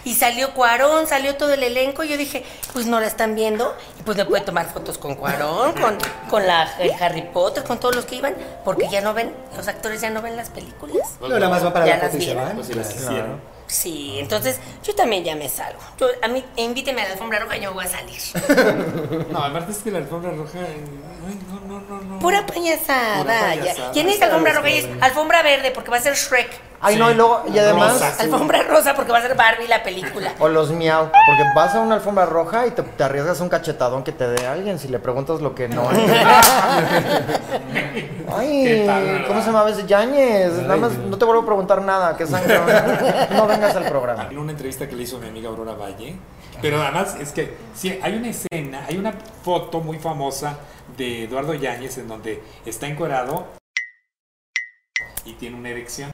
y salió Cuarón, salió todo el elenco. Y yo dije, pues no la están viendo, y pues me pude tomar fotos con Cuarón, con, con la el Harry Potter, con todos los que iban, porque ya no ven, los actores ya no ven las películas.
No, nada más va para
Ya
la
las
foto y se
vieron.
van.
Pues si las hicieron.
Sí, entonces yo también ya me salgo. Yo, a mí, invíteme a la alfombra roja y yo voy a salir.
No, aparte es que la alfombra roja. eh, ay, no, no, no, no.
Pura payasada.
Pura payasada.
ya. ¿Quién es alfombra roja? Y es alfombra verde porque va a ser Shrek.
Ay,
Sí.
no, y luego, y
Ah,
además.
Rosa. Azul.
Alfombra rosa porque va a ser Barbie la película.
O los miau, porque vas a una alfombra roja y te, te arriesgas un cachetadón que te dé alguien si le preguntas lo que no es.
¿Qué
Ay,
tal, verdad?
¿cómo se llama ese Yañez? Nada más, no te vuelvo a preguntar nada, que sangre. No vengas al programa.
En una entrevista que le hizo mi amiga Aurora Valle. Pero además es que sí, hay una escena, hay una foto muy famosa de Eduardo Yáñez en donde está encuerado y tiene una erección.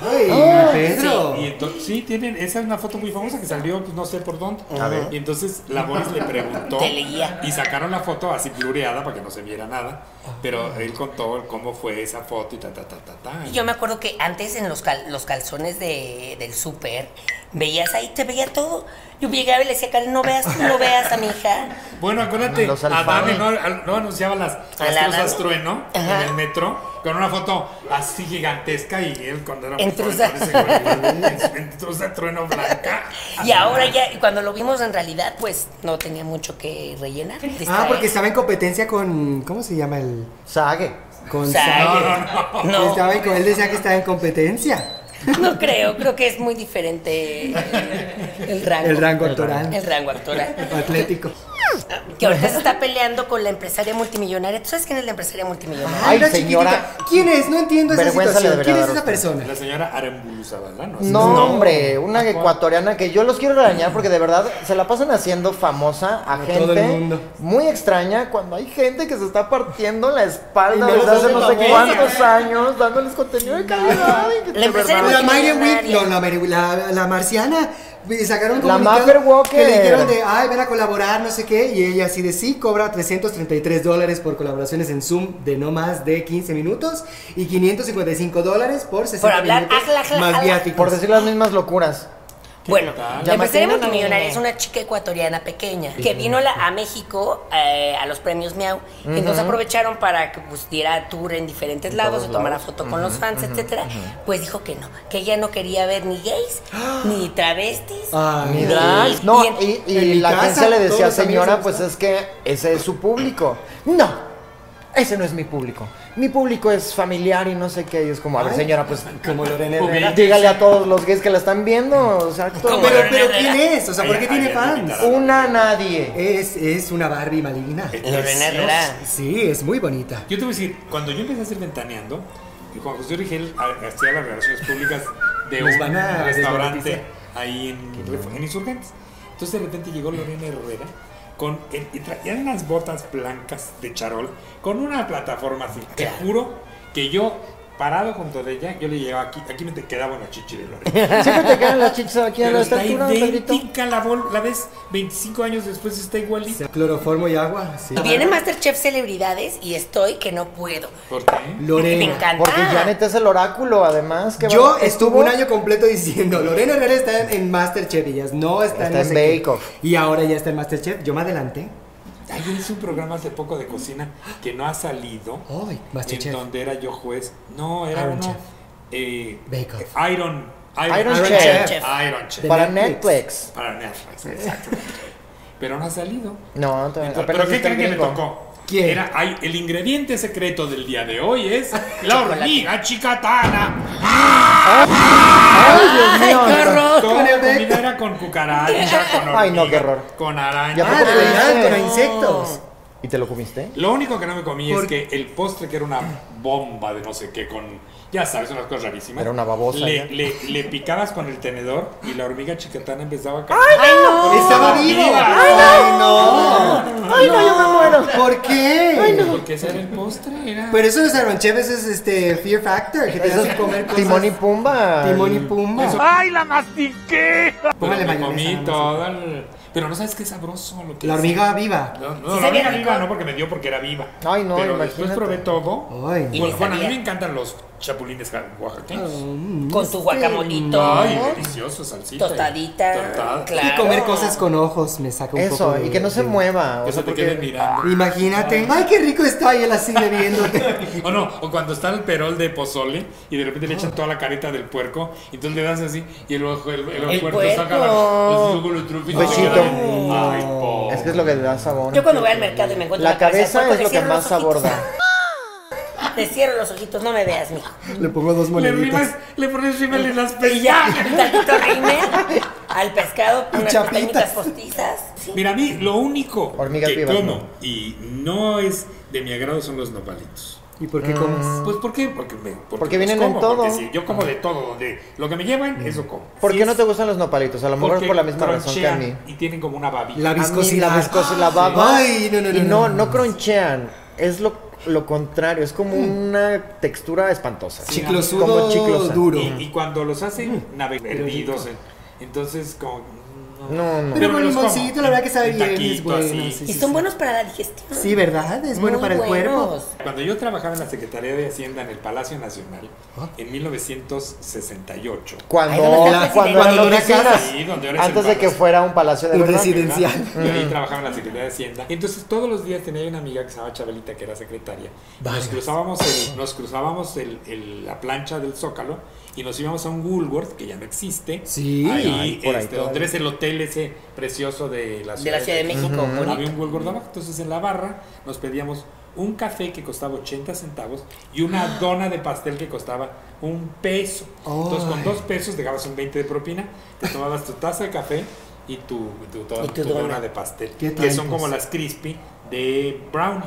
Ay, Pedro.
Y entonces, sí, tienen, esa es una foto muy famosa que salió pues, no sé por dónde. Y entonces la voz le preguntó
Te leía.
y sacaron la foto así blureada para que no se viera nada. Pero él contó cómo fue esa foto y ta, ta, ta, ta, ta.
Y Yo me acuerdo que antes en los, cal- los calzones de, del súper, veías ahí, te veía todo. Yo llegaba y le decía, Karen, no veas, no veas a mi hija.
Bueno, acuérdate,
Los
Adán
alfabetos.
no, al- no anunciaba las, las
la
truzas
Adán.
trueno
Ajá.
en el metro con una foto así gigantesca y él cuando era
En
muy joven,
truza.
con ese gorrito, en truza trueno blanca.
Y ahora ya, y cuando lo vimos en realidad, pues no tenía mucho que rellenar.
Ah,
distraer.
porque estaba en competencia con. ¿Cómo se llama el.?
Sague.
Con
O sea,
Zac.
No,
no, no.
Estaba en- con- él decía que estaba en competencia.
No creo, creo que es muy diferente el, el rango.
El rango actoral.
El rango actoral.
Atlético.
Que ahorita se está peleando con la empresaria multimillonaria. ¿Tú sabes quién es la empresaria multimillonaria?
Ay,
Una
señora.
chiquitita. ¿Quién es? No entiendo esa
Vergüenza le
situación. ¿Quién es
debería
esa
dar a usted.
persona?
La señora Aramburu Zavala, ¿no?
No, hombre, una ecuatoriana que yo los quiero regañar porque de verdad se la pasan haciendo famosa a
Como todo el mundo.
gente muy extraña cuando hay gente que se está partiendo la espalda
Y no
desde
los
hace
hacen
no sé
famosos.
cuántos años dándoles contenido de calidad. y que
La
de
empresaria
verdad-
La Mayre
Millonaria.
Wick, no, la, Mayre- la, la marciana, eh, sacaron un
La
comunicado
Maffer Walker.
que le dijeron de, ay, ven a colaborar, no sé qué, y ella así de sí, cobra 333 dólares por colaboraciones en Zoom de no más de 15 minutos y 555 dólares por 60
Por hablar,
minutos
ajla, ajla, ajla.
más viáticos.
Por decir las mismas locuras.
Bueno,
tal?
la empresaria
Llamativa,
multimillonaria
¿no?
es una chica ecuatoriana pequeña que vino la- a México eh, a los premios Miau. Entonces aprovecharon para que pues, diera tour en diferentes lados o tomara foto con los fans, etcétera. Pues dijo que no, que ella no quería ver ni gays, ni travestis,
Ay,
Mi
Y-
drag.
ni-
No,
ni en-
y, y
en mi
la
casa,
agencia le decía,
todos los amigos
señora,
me
pues es que ese es su público. No, ese no es mi público. Mi público es familiar y no sé qué. Y es como, a ver, señora, pues
Como Lorena
Ubi-
Herrera.
dígale a todos los gays que la están viendo. O sea, todo-
Como
Pero,
Lorena
pero
Herrera.
¿quién es? O sea, ¿por
Ay,
qué
ay,
tiene
ay,
fans? Uh,
ay,
una nadie.
Es, es una Barbie maligna.
Lorena Herrera.
Sí, es muy bonita.
Yo te voy a decir, cuando yo empecé a hacer ventaneando, y Juan José Rigel ha- hacía las relaciones públicas de
Nos
un
van a
restaurante
desmonetizar.
ahí en, Ref- en Insurgentes. Entonces de repente llegó Lorena Herrera con el- y traían unas botas blancas de charol con una plataforma así. Te juro que yo parado junto de ella, yo le llegaba aquí, aquí me te quedaba una chichi de
<laughs>
Lorena.
Siempre te quedan las chichis aquí en
Pero
la
está
estatura, Pedrito.
idéntica la bol, la ves 25 años después está
O
igualita.
sea, cloroformo y agua. Sí.
Viene Masterchef Celebridades y estoy que no puedo.
¿Por qué?
Me
Lorena.
encanta.
Porque Janet es el oráculo, además. que
Yo
va-
estuve un año completo diciendo, Lorena Herrera está en, en Masterchef, ellas no está,
Está
no
en
sé qué".
Bake Off.
Y ahora ya está en Masterchef, yo me adelanté.
Ay, yo hice un programa hace poco de cocina que no ha salido.
Ay,
en
Masterchef.
donde era yo juez. No, era
Iron
uno.
Chef.
eh,
Bake Off.
Iron. Iron,
Iron
Iron
Chef.
Chef. Iron Chef.
De
Para
Netflix.
Netflix.
Para Netflix, exacto. Pero no ha salido.
No, todavía-
Entonces,
apenas
¿Pero qué
está en
creen que me
gringo.
tocó?
¿Quién?
Era, ay, el ingrediente secreto del día de hoy <laughs> es la hormiga chicatana.
¡Ay, Dios
¡Ay, qué
mío!
horror!
Toda
Ah,
la
el Bake
comida era con cucaracha, con hormiga,
Ay, no, qué horror.
con
Ya
araña.
Ah, de
Ay,
verdad,
sí.
con insectos.
¿Y te lo comiste?
Lo único que no me comí es
¿Por
que el postre, que era una bomba de no sé qué, con. Ya sabes, unas cosas rarísimas.
Era una babosa, ya.
Le, le- le picabas con el tenedor y la hormiga chiquitana empezaba a caer.
¡Estaba vivo!
viva!
¡Ay, no!
¡Ay, no, yo me muero!
¿Por qué?
Porque ese era el postre, era.
Pero eso de Saranchev es este Fear Factor, que te
Eso
hacen
es
comer cosas.
Timón y Pumba.
Timón y Pumba.
¡Ay, la mastiqué!
Pero
Póngale
me
mayonesa,
comí
no sé.
todo el- Pero no sabes qué sabroso lo que
La
es.
hormiga viva.
No, no,
Sí
la
sabía
hormiga
rico.
viva no, porque me dio porque era viva.
Ay, no,
Pero después
imagínate.
probé todo.
Ay,
Y
bueno,
me
bueno, a mí
sabía.
me encantan los chapulines oaxaqueños.
Con tu guacamolito.
Ay, delicioso, salsita. y
Tostadita,
Tostada.
claro.
Y comer cosas con ojos me saca un poco.
Eso,
de-
y que no se
de-
mueva.
Que
O
se
sea,
te
porque...
queden mirando.
Imagínate. Ay, qué rico está él
<laughs>
así bebiéndote.
<laughs> O no, o cuando está el perol de pozole y de repente le echan toda la careta del puerco y entonces le das así y el, ojo- el, el
El puerco.
puerco
Mm.
saca la, los trufitos y se
Besito.
queda bien. Ay, po.
Es que es lo que le da sabor.
Yo cuando voy al mercado y me encuentro
La
una de
cabeza
puerco,
es
pues, le
lo que
cierro
más
los
sabor
ojitos.
da.
<laughs> Te cierro los ojitos, no me veas, mijo.
Le pongo dos
Le,
moneditas.
rimas, le pones rímel en las
Y
pellas.
ya, <laughs> un tantito rímel, al pescado,
Y
unas
chapitas.
castañitas postizas. Sí.
Mira, a mí lo único
Hormigas
que
vivas,
como y no es de mi agrado son los nopalitos.
¿Y por
Mm.
qué comes?
Pues ¿por qué? Porque, me, porque,
Porque
los
vienen en
como,
todo.
porque si yo como de todo, donde lo que me llevan, eso como.
¿Por
Si
qué
es-
no te gustan los nopalitos? A lo mejor es
porque
por la misma razón que a
cronchean
mí.
Y tienen como una babita.
La
A mí
viscosidad.
La viscosidad, la baba.
Ay, no, no, no.
y no, no cronchean. Es lo, lo contrario. Es como una textura espantosa.
Mm. Chiclosudo
Como chiclosa.
duro.
Y, y cuando los hacen nave perdidos, eh, entonces como
No, no.
Pero con
me los
limoncito,
como.
la verdad que sabe
Un
bien, es
taquito
bueno,
así.
sí.
Y son buenos para la digestión.
Sí, ¿verdad? Es bueno
Muy
para el cuerpo.
buenos.
Cuando yo trabajaba en la Secretaría de Hacienda en el Palacio Nacional en 1968.
Cuando,
Ay, ¿dónde está el
cuando
presidente?
eran
Cuando era
oficinas.
Sí, donde ahora es
Antes
el
de que
palacio.
fuera un palacio de
Un
verdad.
residencia. Presidencial.
¿verdad? Yo ahí trabajaba en la Secretaría de Hacienda. Entonces todos los días tenía una amiga que se llamaba Chabelita, que era secretaria. Nos cruzábamos, el- nos cruzábamos el- el- la plancha del Zócalo y nos íbamos a un Woolworth, que ya no existe.
Sí.
Ahí,
Ay, por ahí
este,
todavía.
donde es el hotel ese precioso de la
De la Ciudad de México, bonito.
Había un Woolworth abajo. Entonces en la barra nos pedíamos un café que costaba 80 centavos
<gasps>
y una dona de pastel que costaba un peso. Entonces con
Ay.
dos pesos dejabas un 20 de propina, te tomabas tu taza de café y tu, tu,
Y tu
tu
dona.
dona de pastel,
¿Qué
que
tiempos?
son como las crispy de brownie.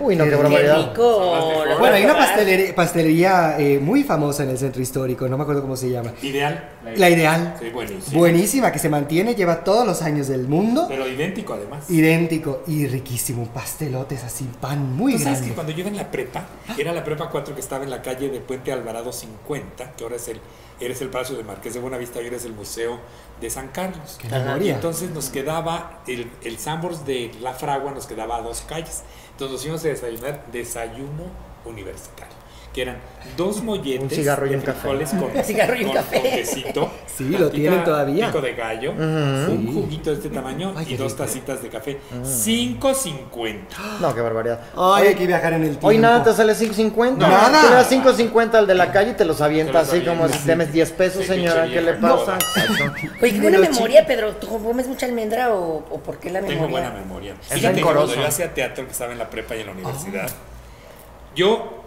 Uy, no,
Qué
qué
rico.
Qué
barbaridad.
rico. la
Bueno, hay una
verdad.
pastelería, pastelería eh, muy famosa en el centro histórico, no me acuerdo cómo se llama.
Ideal.
La ideal.
Sí, buenísimo.
Buenísima, que se mantiene, lleva todos los años del mundo.
Pero idéntico además.
Idéntico y riquísimo. Pastelotes así, pan muy
¿Tú sabes que
grande. Ah.
cuando yo iba en la prepa, era la prepa 4 que estaba en la calle de Puente Alvarado 50, que ahora es el, eres el Palacio de Marqués de Buenavista y eres el Museo de San Carlos.
¡Qué memoria!
Y entonces nos quedaba, el, el Sambors de La Fragua nos quedaba a dos calles. Entonces nos íbamos a desayunar desayuno universitario, que eran dos molletes
Un cigarro y
de
un café.
frijoles con,
Un cigarro y un
con-
café.
con quesito,
<laughs> Sí, lo tienen
tantita
todavía.
Pico de gallo, un
Sí.
juguito de este tamaño
Ay, qué
y dos
rico.
tacitas de café. 5.50.
No, qué barbaridad.
Ay,
Hoy-
hay que viajar en el tiempo.
Hoy nada te sale 5.50.
No, nada.
Tú le das 5.50 al de la calle y te los avienta
Te los
así como
avienta.
si te mes 10 pesos,
Sí,
señora.
pinche
¿Qué le
vieja
pasa?
coda.
Exacto.
Oye, qué buena
Los
memoria, Pedro. ¿Tú comes mucha almendra o, o por qué la memoria?
Tengo buena memoria.
Es
Fíjate que
rencoroso.
cuando yo hacía teatro, que estaba en la prepa y en la universidad, yo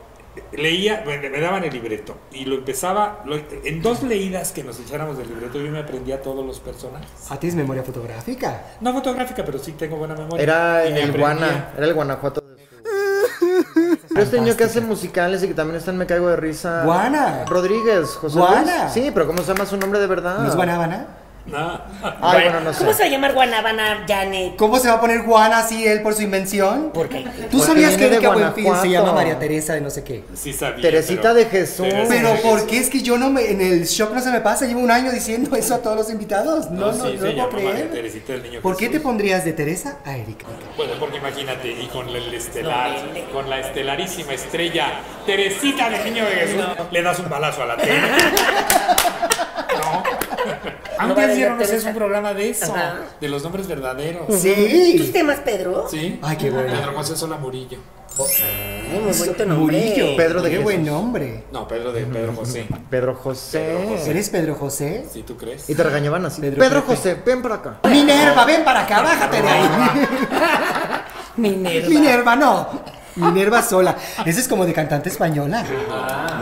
leía, me, me daban el libreto y lo empezaba, lo- en dos leídas que nos echáramos del libreto, yo me aprendía todos los personajes.
¿A ti es memoria fotográfica?
No fotográfica, pero sí tengo buena memoria.
Era
Y me
el
aprendía.
Guana, era el Guanajuato. de su- Pero este niño que hace musicales y que también está en Me Caigo de Risa.
Guana.
Rodríguez, José
Guana.
Luis. Sí, pero ¿cómo se llama su nombre de verdad?
¿No es guanábana?
Ah.
Ay, bueno,
<laughs>
no
¿Cómo se
sé.
va a llamar Guanabana Janet?
¿Cómo se va a poner guana así él por su invención?
¿Por qué?
Porque
¿Tú sabías que
viene de
Erika Buenfil se
Guanajuato.
llama María Teresa de no sé qué?
Sí sabía,
Teresita
pero-
de Jesús.
Teresa de
Pero
Jesús.
¿por qué es que yo no me... en el shock no se me pasa? Llevo un año diciendo eso a todos los invitados. No, no, no,
sí, se
lo puedo
llama María
creer.
Teresita del niño
¿Por qué te
Jesús.
pondrías de Teresa a Erika?
Bueno, porque imagínate, y con el estelar, con la estelarísima estrella Teresita del Niño de Jesús, le das un balazo a la tele.
No
no.
vale la
Antes dieron
Teresa.
es un programa de eso,
Ajá.
de los nombres verdaderos.
¿Tus
Sí.
temas, Pedro?
¿Sí?
Ay, qué bueno.
Pedro José Sola Murillo.
Ay, muy bonito nombre.
Murillo.
Pedro de
Qué
Jesús.
buen nombre.
No, Pedro de Pedro José.
Pedro José.
¿Eres Pedro José?
¿Sí tú crees?
Y te regañaban así.
Pedro
Pedro,
Pepe.
José, ven para acá. <laughs>
Minerva, ven para acá, bájate de ahí.
Minerva.
Minerva, no. Minerva Sola. Ese es como de cantante española.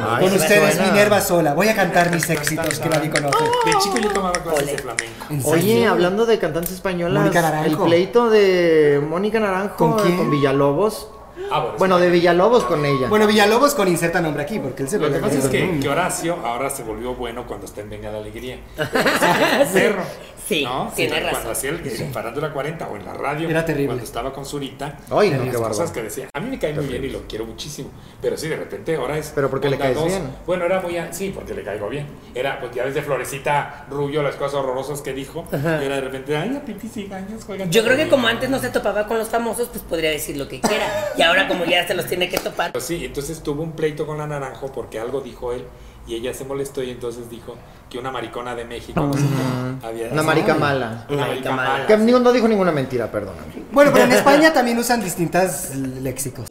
Ay,
Con
sí
ustedes,
suena.
Minerva Sola. Voy a cantar mis éxitos que nadie conoce.
De chico yo tomaba clases de flamenco.
Oye, hablando de cantantes españolas,
Mónica Naranjo.
el pleito de Mónica Naranjo
¿Con quién?
Villalobos.
Ah, bueno.
Bueno, de Villalobos con ella.
Bueno, Villalobos con inserta nombre aquí, porque él se
Lo que
vuelve
pasa es que,
Mm.
que Horacio ahora se volvió bueno cuando está en Venga la Alegría.
<laughs> Ah, Sí.
Perro.
Sí,
¿no?
tiene
cuando
razón.
hacía el, en Farándula 40 o en la radio.
Era terrible.
Cuando estaba con Zurita.
Ay, no,
eran
qué
cosas
bárbaro.
que decía. A mí me cae muy bien y lo quiero muchísimo. Pero sí, de repente ahora es.
Pero porque le caes
bondadoso.
bien.
Bueno, era muy. a- Sí, porque le caigo bien. Era, pues ya ves de Florecita Rubio, las cosas horrorosas que dijo. Y era de repente, ay, a pitis y gaños juegan.
Yo creo que
conmigo".
como antes no se topaba con los famosos, pues podría decir lo que quiera. Y ahora como ya se los tiene que topar. <laughs>
Pero sí, entonces tuvo un pleito con la Naranjo porque algo dijo él y ella se molestó y entonces dijo que una maricona de México no sé qué, había-
Una marica mala.
Una marica mala.
Que no dijo ninguna mentira, perdóname.
Bueno, pero en España también usan distintas léxicos.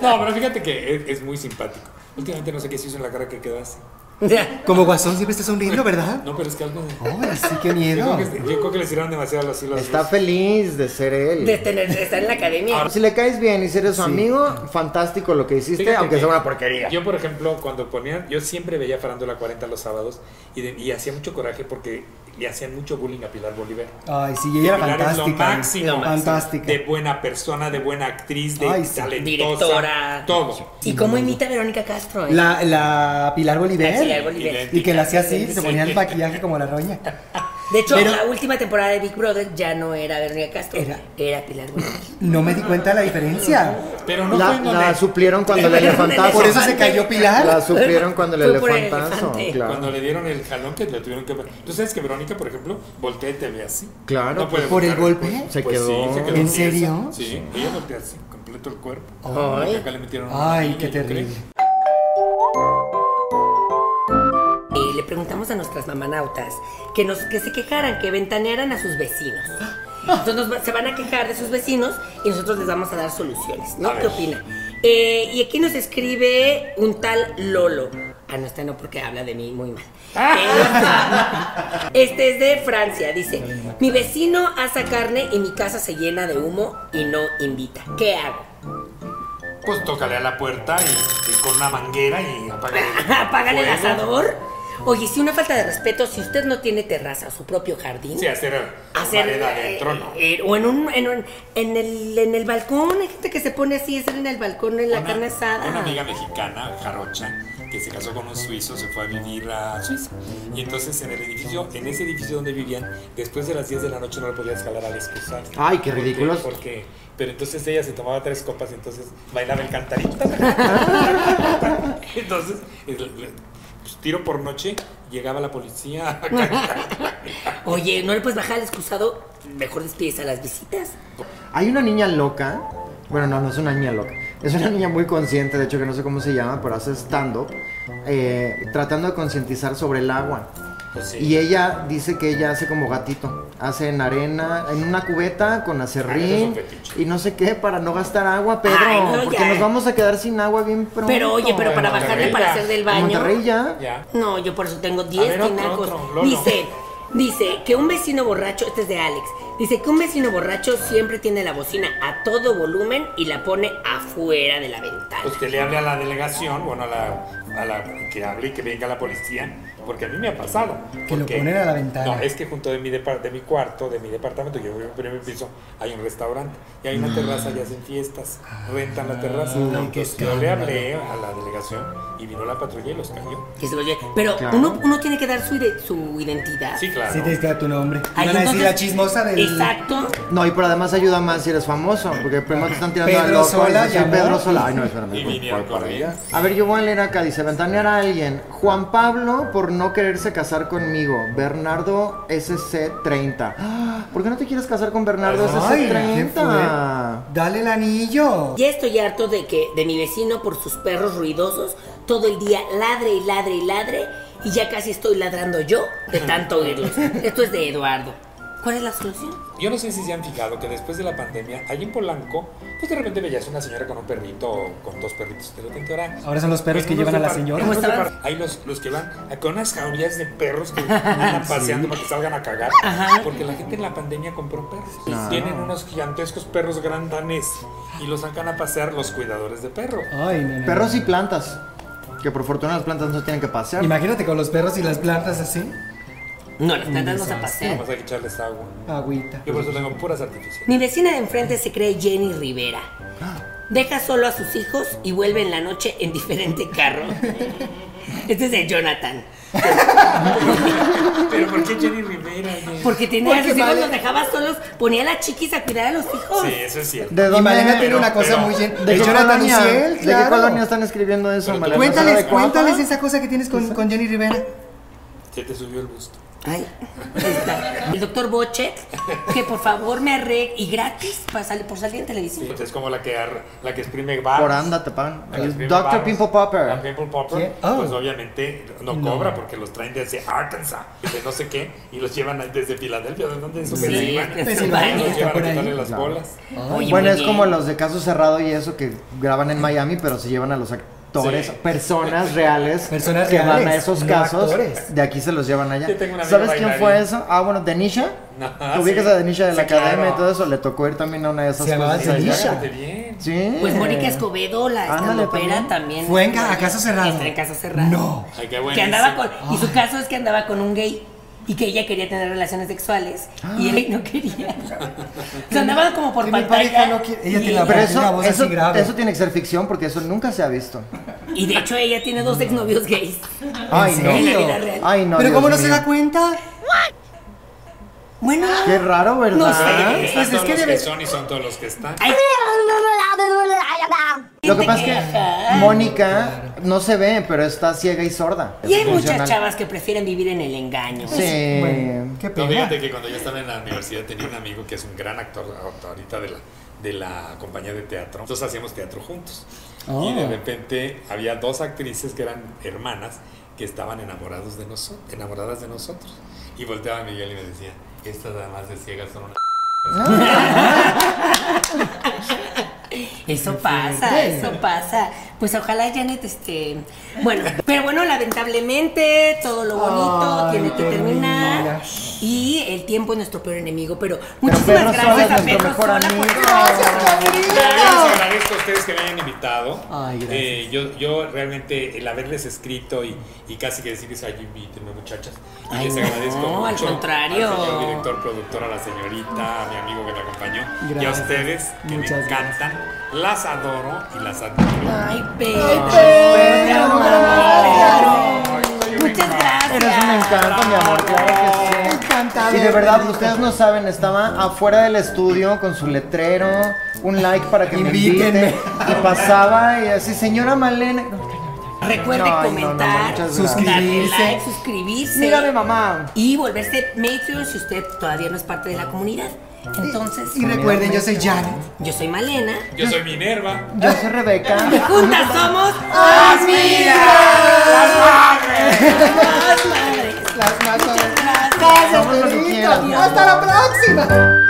No, pero fíjate que es, es muy simpático. Últimamente no sé qué se hizo en la cara que quedas.
Como Guasón siempre está sonriendo, ¿verdad?
No, pero es que algo.
Ay, sí, qué
Yo
miedo.
creo que, este, yo creo que le tiraron demasiado las hilos.
Está feliz de ser él.
De, tener, de estar en la academia.
Si le caes bien y si eres su amigo, fantástico lo que hiciste,
Fíjate
aunque
que
sea una porquería.
Yo, por ejemplo, cuando ponían, yo siempre veía Farándula 40 los sábados y, de- y hacía mucho coraje porque le hacían mucho bullying a Pilar Bolívar.
Ay, sí, ella era
Pilar es lo
fantástica.
máximo.
Fantástica.
De buena persona, de buena actriz, de
Ay, sí.
talentosa.
Directora.
Todo.
¿Y cómo imita a Verónica Castro? eh?
La, la Pilar
Ah, sí, algo
Bolívar.
libre.
Y que la hacía así, se
Sí.
ponía el maquillaje como la roña.
De hecho,
Pero-
la última temporada de Big Brother ya no era Verónica Castro,
Era-
era, Pilar Bolívar.
No me di cuenta de la diferencia.
Pero no fue
La,
en
la
donde,
suplieron cuando
<laughs>
el
Pero es un
elefantazo.
Por eso se cayó
La
Pilar.
suplieron cuando el
Fue por el
elefantazo.
elefante.
cuando
Claro.
le dieron el jalón que le tuvieron que. Tú sabes que Verónica, por ejemplo, voltea y te ve así.
Claro,
No
pues,
puede
¿por el
voltear.
golpe?
Se
Pues sí,
quedó.
se quedó
¿En
tiesa.
serio?
Sí, ella voltea así, completo el cuerpo.
Ay.
Acá le metieron un
Ay,
martillo,
qué
yo creo.
terrible.
Eh, le preguntamos a nuestras mamanautas que, nos, que se quejaran, que ventanearan a sus vecinos. Entonces nos va- se van a quejar de sus vecinos y nosotros les vamos a dar soluciones. ¿no?
A
¿Qué
ver.
opina? Eh, y aquí nos escribe un tal Lolo. Ah, no, está no, porque habla de mí muy
<laughs>
mal. Este, este es de Francia, dice, mi vecino hace carne y mi casa se llena de humo y no invita. ¿Qué hago? <laughs>
Pues tócale a la puerta y, y con una manguera y apaga
<laughs> ¿Apagan el
fuego.
asador? Oye, si una falta de respeto, si usted no tiene terraza o su propio jardín,
Sí, hacer,
hacer
pared adentro,
eh,
¿no?
eh, o en un, en un- en el en el balcón hay gente que se pone así a hacer en el balcón en la
Una-
carne asada
Una amiga mexicana, jarocha, que se casó con un suizo, se fue a vivir a Suiza. Y entonces en el edificio, en ese edificio donde vivían, después de las 10 de la noche no le podía escalar al excusar.
Ay, qué ridículos.
Porque, pero entonces ella se tomaba tres copas y entonces bailaba el
<laughs>
cantarito. entonces, es- pues, tiro por noche, llegaba la policía. <laughs>
oye no le puedes bajar al excusado mejor despides a las visitas
Hay una niña loca. Bueno, no, no es una niña loca. Es una niña muy consciente, de hecho, que no sé cómo se llama, pero hace stand-up, eh, tratando de concientizar sobre el agua.
Pues sí.
Y ella dice que ella hace como gatito. Hace en arena, en una cubeta con
Ah, eso es un
acerrín
fetiche.
y no sé qué para no gastar agua, Pedro.
Ay, no,
porque
ya.
nos vamos a quedar sin agua bien pronto.
pero oye pero para
en
bajarle
Monterrey
para
ya.
hacer del
En
baño
Monterrey ya.
Ya.
No, yo por eso tengo 10
ver, otro,
tinacos.
otro, Lolo.
Dice, dice que un vecino borracho, este es de Alex, dice que un vecino borracho siempre tiene la bocina a todo volumen y la pone afuera de la ventana.
Usted le hable a la delegación, bueno, a la, a la- que hable y que venga la policía, porque a mí me ha pasado.
Que lo
porque-
ponen a la ventana.
No, es que junto de mi, depar- de mi cuarto, de mi departamento, que yo vivo en primer piso, hay un restaurante y hay una terraza y hacen fiestas, rentan la terraza.
Mm. Ah, qué
Entonces, yo le
escándalo.
hablé a la delegación y vino la patrulla y los cayó.
Que se lo lleve. Pero
Claro.
uno, uno tiene que dar su, ide- su identidad.
Sí, claro.
Sí, te queda tu nombre. Te
Ay,
Van a decir
entonces-
la chismosa del.
Exacto.
No, y pero además ayuda más si eres famoso, porque primero te están tirando
Pedro
al loco.
Sola
y dices, "Soy
llamó".
Pedro Sola. Ay, no, espérame.
Y
voy-
vinieron
voy para
corriendo.
allá. A ver, yo voy a leer acá, dice, ventanear a alguien. Juan Pablo por no quererse casar conmigo. Bernardo SC30. Ah, <gasps> ¿Por qué no te quieres casar con Bernardo
Ay, ¿qué
SC30?
fue? Dale el anillo.
Ya estoy harto de que de mi vecino por sus perros ruidosos todo el día ladre
<laughs>
y ladre y ladre y ya casi estoy ladrando yo de tanto oírlos. Esto es de Eduardo. ¿Cuál es la solución?
Yo no sé si se han fijado que después de la pandemia, allí en Polanco, pues de repente veías una señora con un perrito o con dos perritos. De repente ahora.
Ahora son los perros
en
que
unos
llevan a la
depart-
señora.
en unos
¿Cómo
depart- Hay los, los que van a- con unas jaurías de perros que andan paseando para que salgan a cagar. Porque la gente en la pandemia compró perros.
Claro.
Tienen unos gigantescos perros grandanes y los sacan a pasear los cuidadores de perros.
Ay, no, no, no.
Perros y plantas. Que por fortuna las plantas no tienen que pasear.
Imagínate con los perros y las plantas así.
No, las plantas no se
desastre.
pasean.
Vamos a echarles agua.
Agüita.
Yo por eso tengo
<laughs>
puras artificiales.
Mi vecina de enfrente se cree Jenny Rivera.
Ah.
Deja solo a sus hijos y vuelve en la noche en diferente carro. Este es de Jonathan.
Pero ¿por qué Jenny Rivera? oye?
Porque tenía a
Porque
sus hijos,
vale.
los dejaba solos, ponía a la chiquis a cuidar a los hijos.
Sí, eso es cierto.
¿De
Y
dónde?
Malena tiene una cosa
pero-
muy llena.
¿De,
De
qué
Jonathan
colonia?
Uciel,
¿De qué
claro.
colonia están escribiendo eso,
Pero tú-
Malena?
Cuéntales,
¿Sabe cuál?
cuéntales esa cosa que tienes con, con Jenny Rivera.
Se te subió el gusto.
Ay, ahí está. El doctor Bochet, que por favor me arregle y gratis para salir, por salir en televisión.
Sí, es como la que, ar- la que exprime bar.
Por anda te pagan.
La que exprime
Doctor
barras.
Pimple
La
Popper.
Pimple Popper,
¿Qué? Oh.
pues obviamente no cobra porque los traen desde Arkansas, de no sé qué, y los llevan desde Filadelfia, ¿de dónde es su
Sí,
Pensilvania?
Pensilvania,
Los
está
llevan a
por ahí.
quitarle las bolas.
Ah,
Oye,
bueno,
muy
es
bien.
como los de caso cerrado y eso que graban en Miami, pero se llevan a los actores,
Sí.
personas reales
Personas
que van a
reales,
esos
no
casos.
actores.
De aquí se los llevan allá.
Yo tengo una amiga
¿Sabes quién fue
bailarina.
eso? Ah, bueno, Denisha.
Ajá,
¿Te ubicas
sí.
a Denisha de la
Sí, claro.
academia y todo eso? Le tocó ir también a una de esas
Se llamaba
cosas. allá.
Denisha.
Fíjate bien.
Sí.
Pues Mónica Escobedo, la
Ándale,
estandopera,
también.
también.
pues, Fue en ca- a Casa Cerrada.
Está en casa cerrada.
No.
Ay, qué
que
buenísimo.
andaba con, y su caso es que andaba con un gay y que ella quería tener relaciones sexuales y él no quería. O sea, andaban como por
Ah. Que mi
pantalla.
pareja no quiere- ella
y,
tiene la
Ah, Pero
Una
eso,
voz así
eso,
grave.
eso tiene que ser ficción porque eso nunca se ha visto.
y de hecho ella tiene dos exnovios gays.
Ay,
En
no.
la vida real.
Ay, no.
Pero
Dios
¿cómo no se
mío.
da cuenta?
Bueno,
Qué raro, ¿verdad?
No
Ah,
sé.
están
Pues es
todos
que
los
debe-
que son y son todos los que están.
Ay,
Lo que
te
pasa es que
quejas.
Mónica no se ve, pero está ciega y sorda.
Y hay muchas
Funcional.
chavas que prefieren vivir en el engaño.
Eh,
Sí.
Bueno, qué
No,
pena.
fíjate que cuando yo estaba en la universidad tenía un amigo que es un gran actor ahor- ahorita de la, de la compañía de teatro. Entonces hacíamos teatro juntos. Y
Oh.
de repente había dos actrices que eran hermanas que estaban enamorados de noso- enamoradas de nosotros. Y volteaba a Miguel y me decía, estas además de ciegas son una...
Eso pasa, eso pasa. Pues ojalá Janet este Bueno, pero bueno, lamentablemente todo lo bonito
Ay,
tiene que
qué
terminar.
linda.
Y el tiempo es nuestro peor enemigo, pero
Pedro
muchísimas
Sola es
gracias a
nuestro
Pedro
mejor
Sola por
amigo.
Yo les agradezco a ustedes que me hayan invitado.
Ay, gracias.
Eh, yo, yo realmente el haberles escrito y, y casi que decirles, ay, invítenme muchachas. Y
Ay,
les agradezco
no, al
mucho
contrario.
Al señor director, productor, a la señorita, a mi amigo que me acompañó. Y a
Gracias.
ustedes, que me
Muchas gracias.
encantan. Las adoro y las admiro.
Ay, Pedro. Pedro, Pedro. Muchas
Eres un
gracias.
encanto, mi amor, claro que sí.
Encantada.
Y de verdad, ustedes no saben, estaba afuera del estudio con su letrero, un like para que me
Invítenme.
inviten. Y pasaba y así, señora Malena.
Recuerde
No, no, no,
comentar,
gracias.
muchas
darle like,
Suscribirse.
suscribirse.
Sígame, mamá.
Y volverse Patreon si usted todavía no es parte de la comunidad. Entonces,
Y recuerden, yo soy Janet.
yo soy Malena.
Yo soy Minerva.
Yo soy Rebeca.
Y <laughs> juntas somos las madres.
Las más
Muchas gracias.
Gracias,
Somos lo que
Pedrito.
quieras, mi
Hasta la próxima.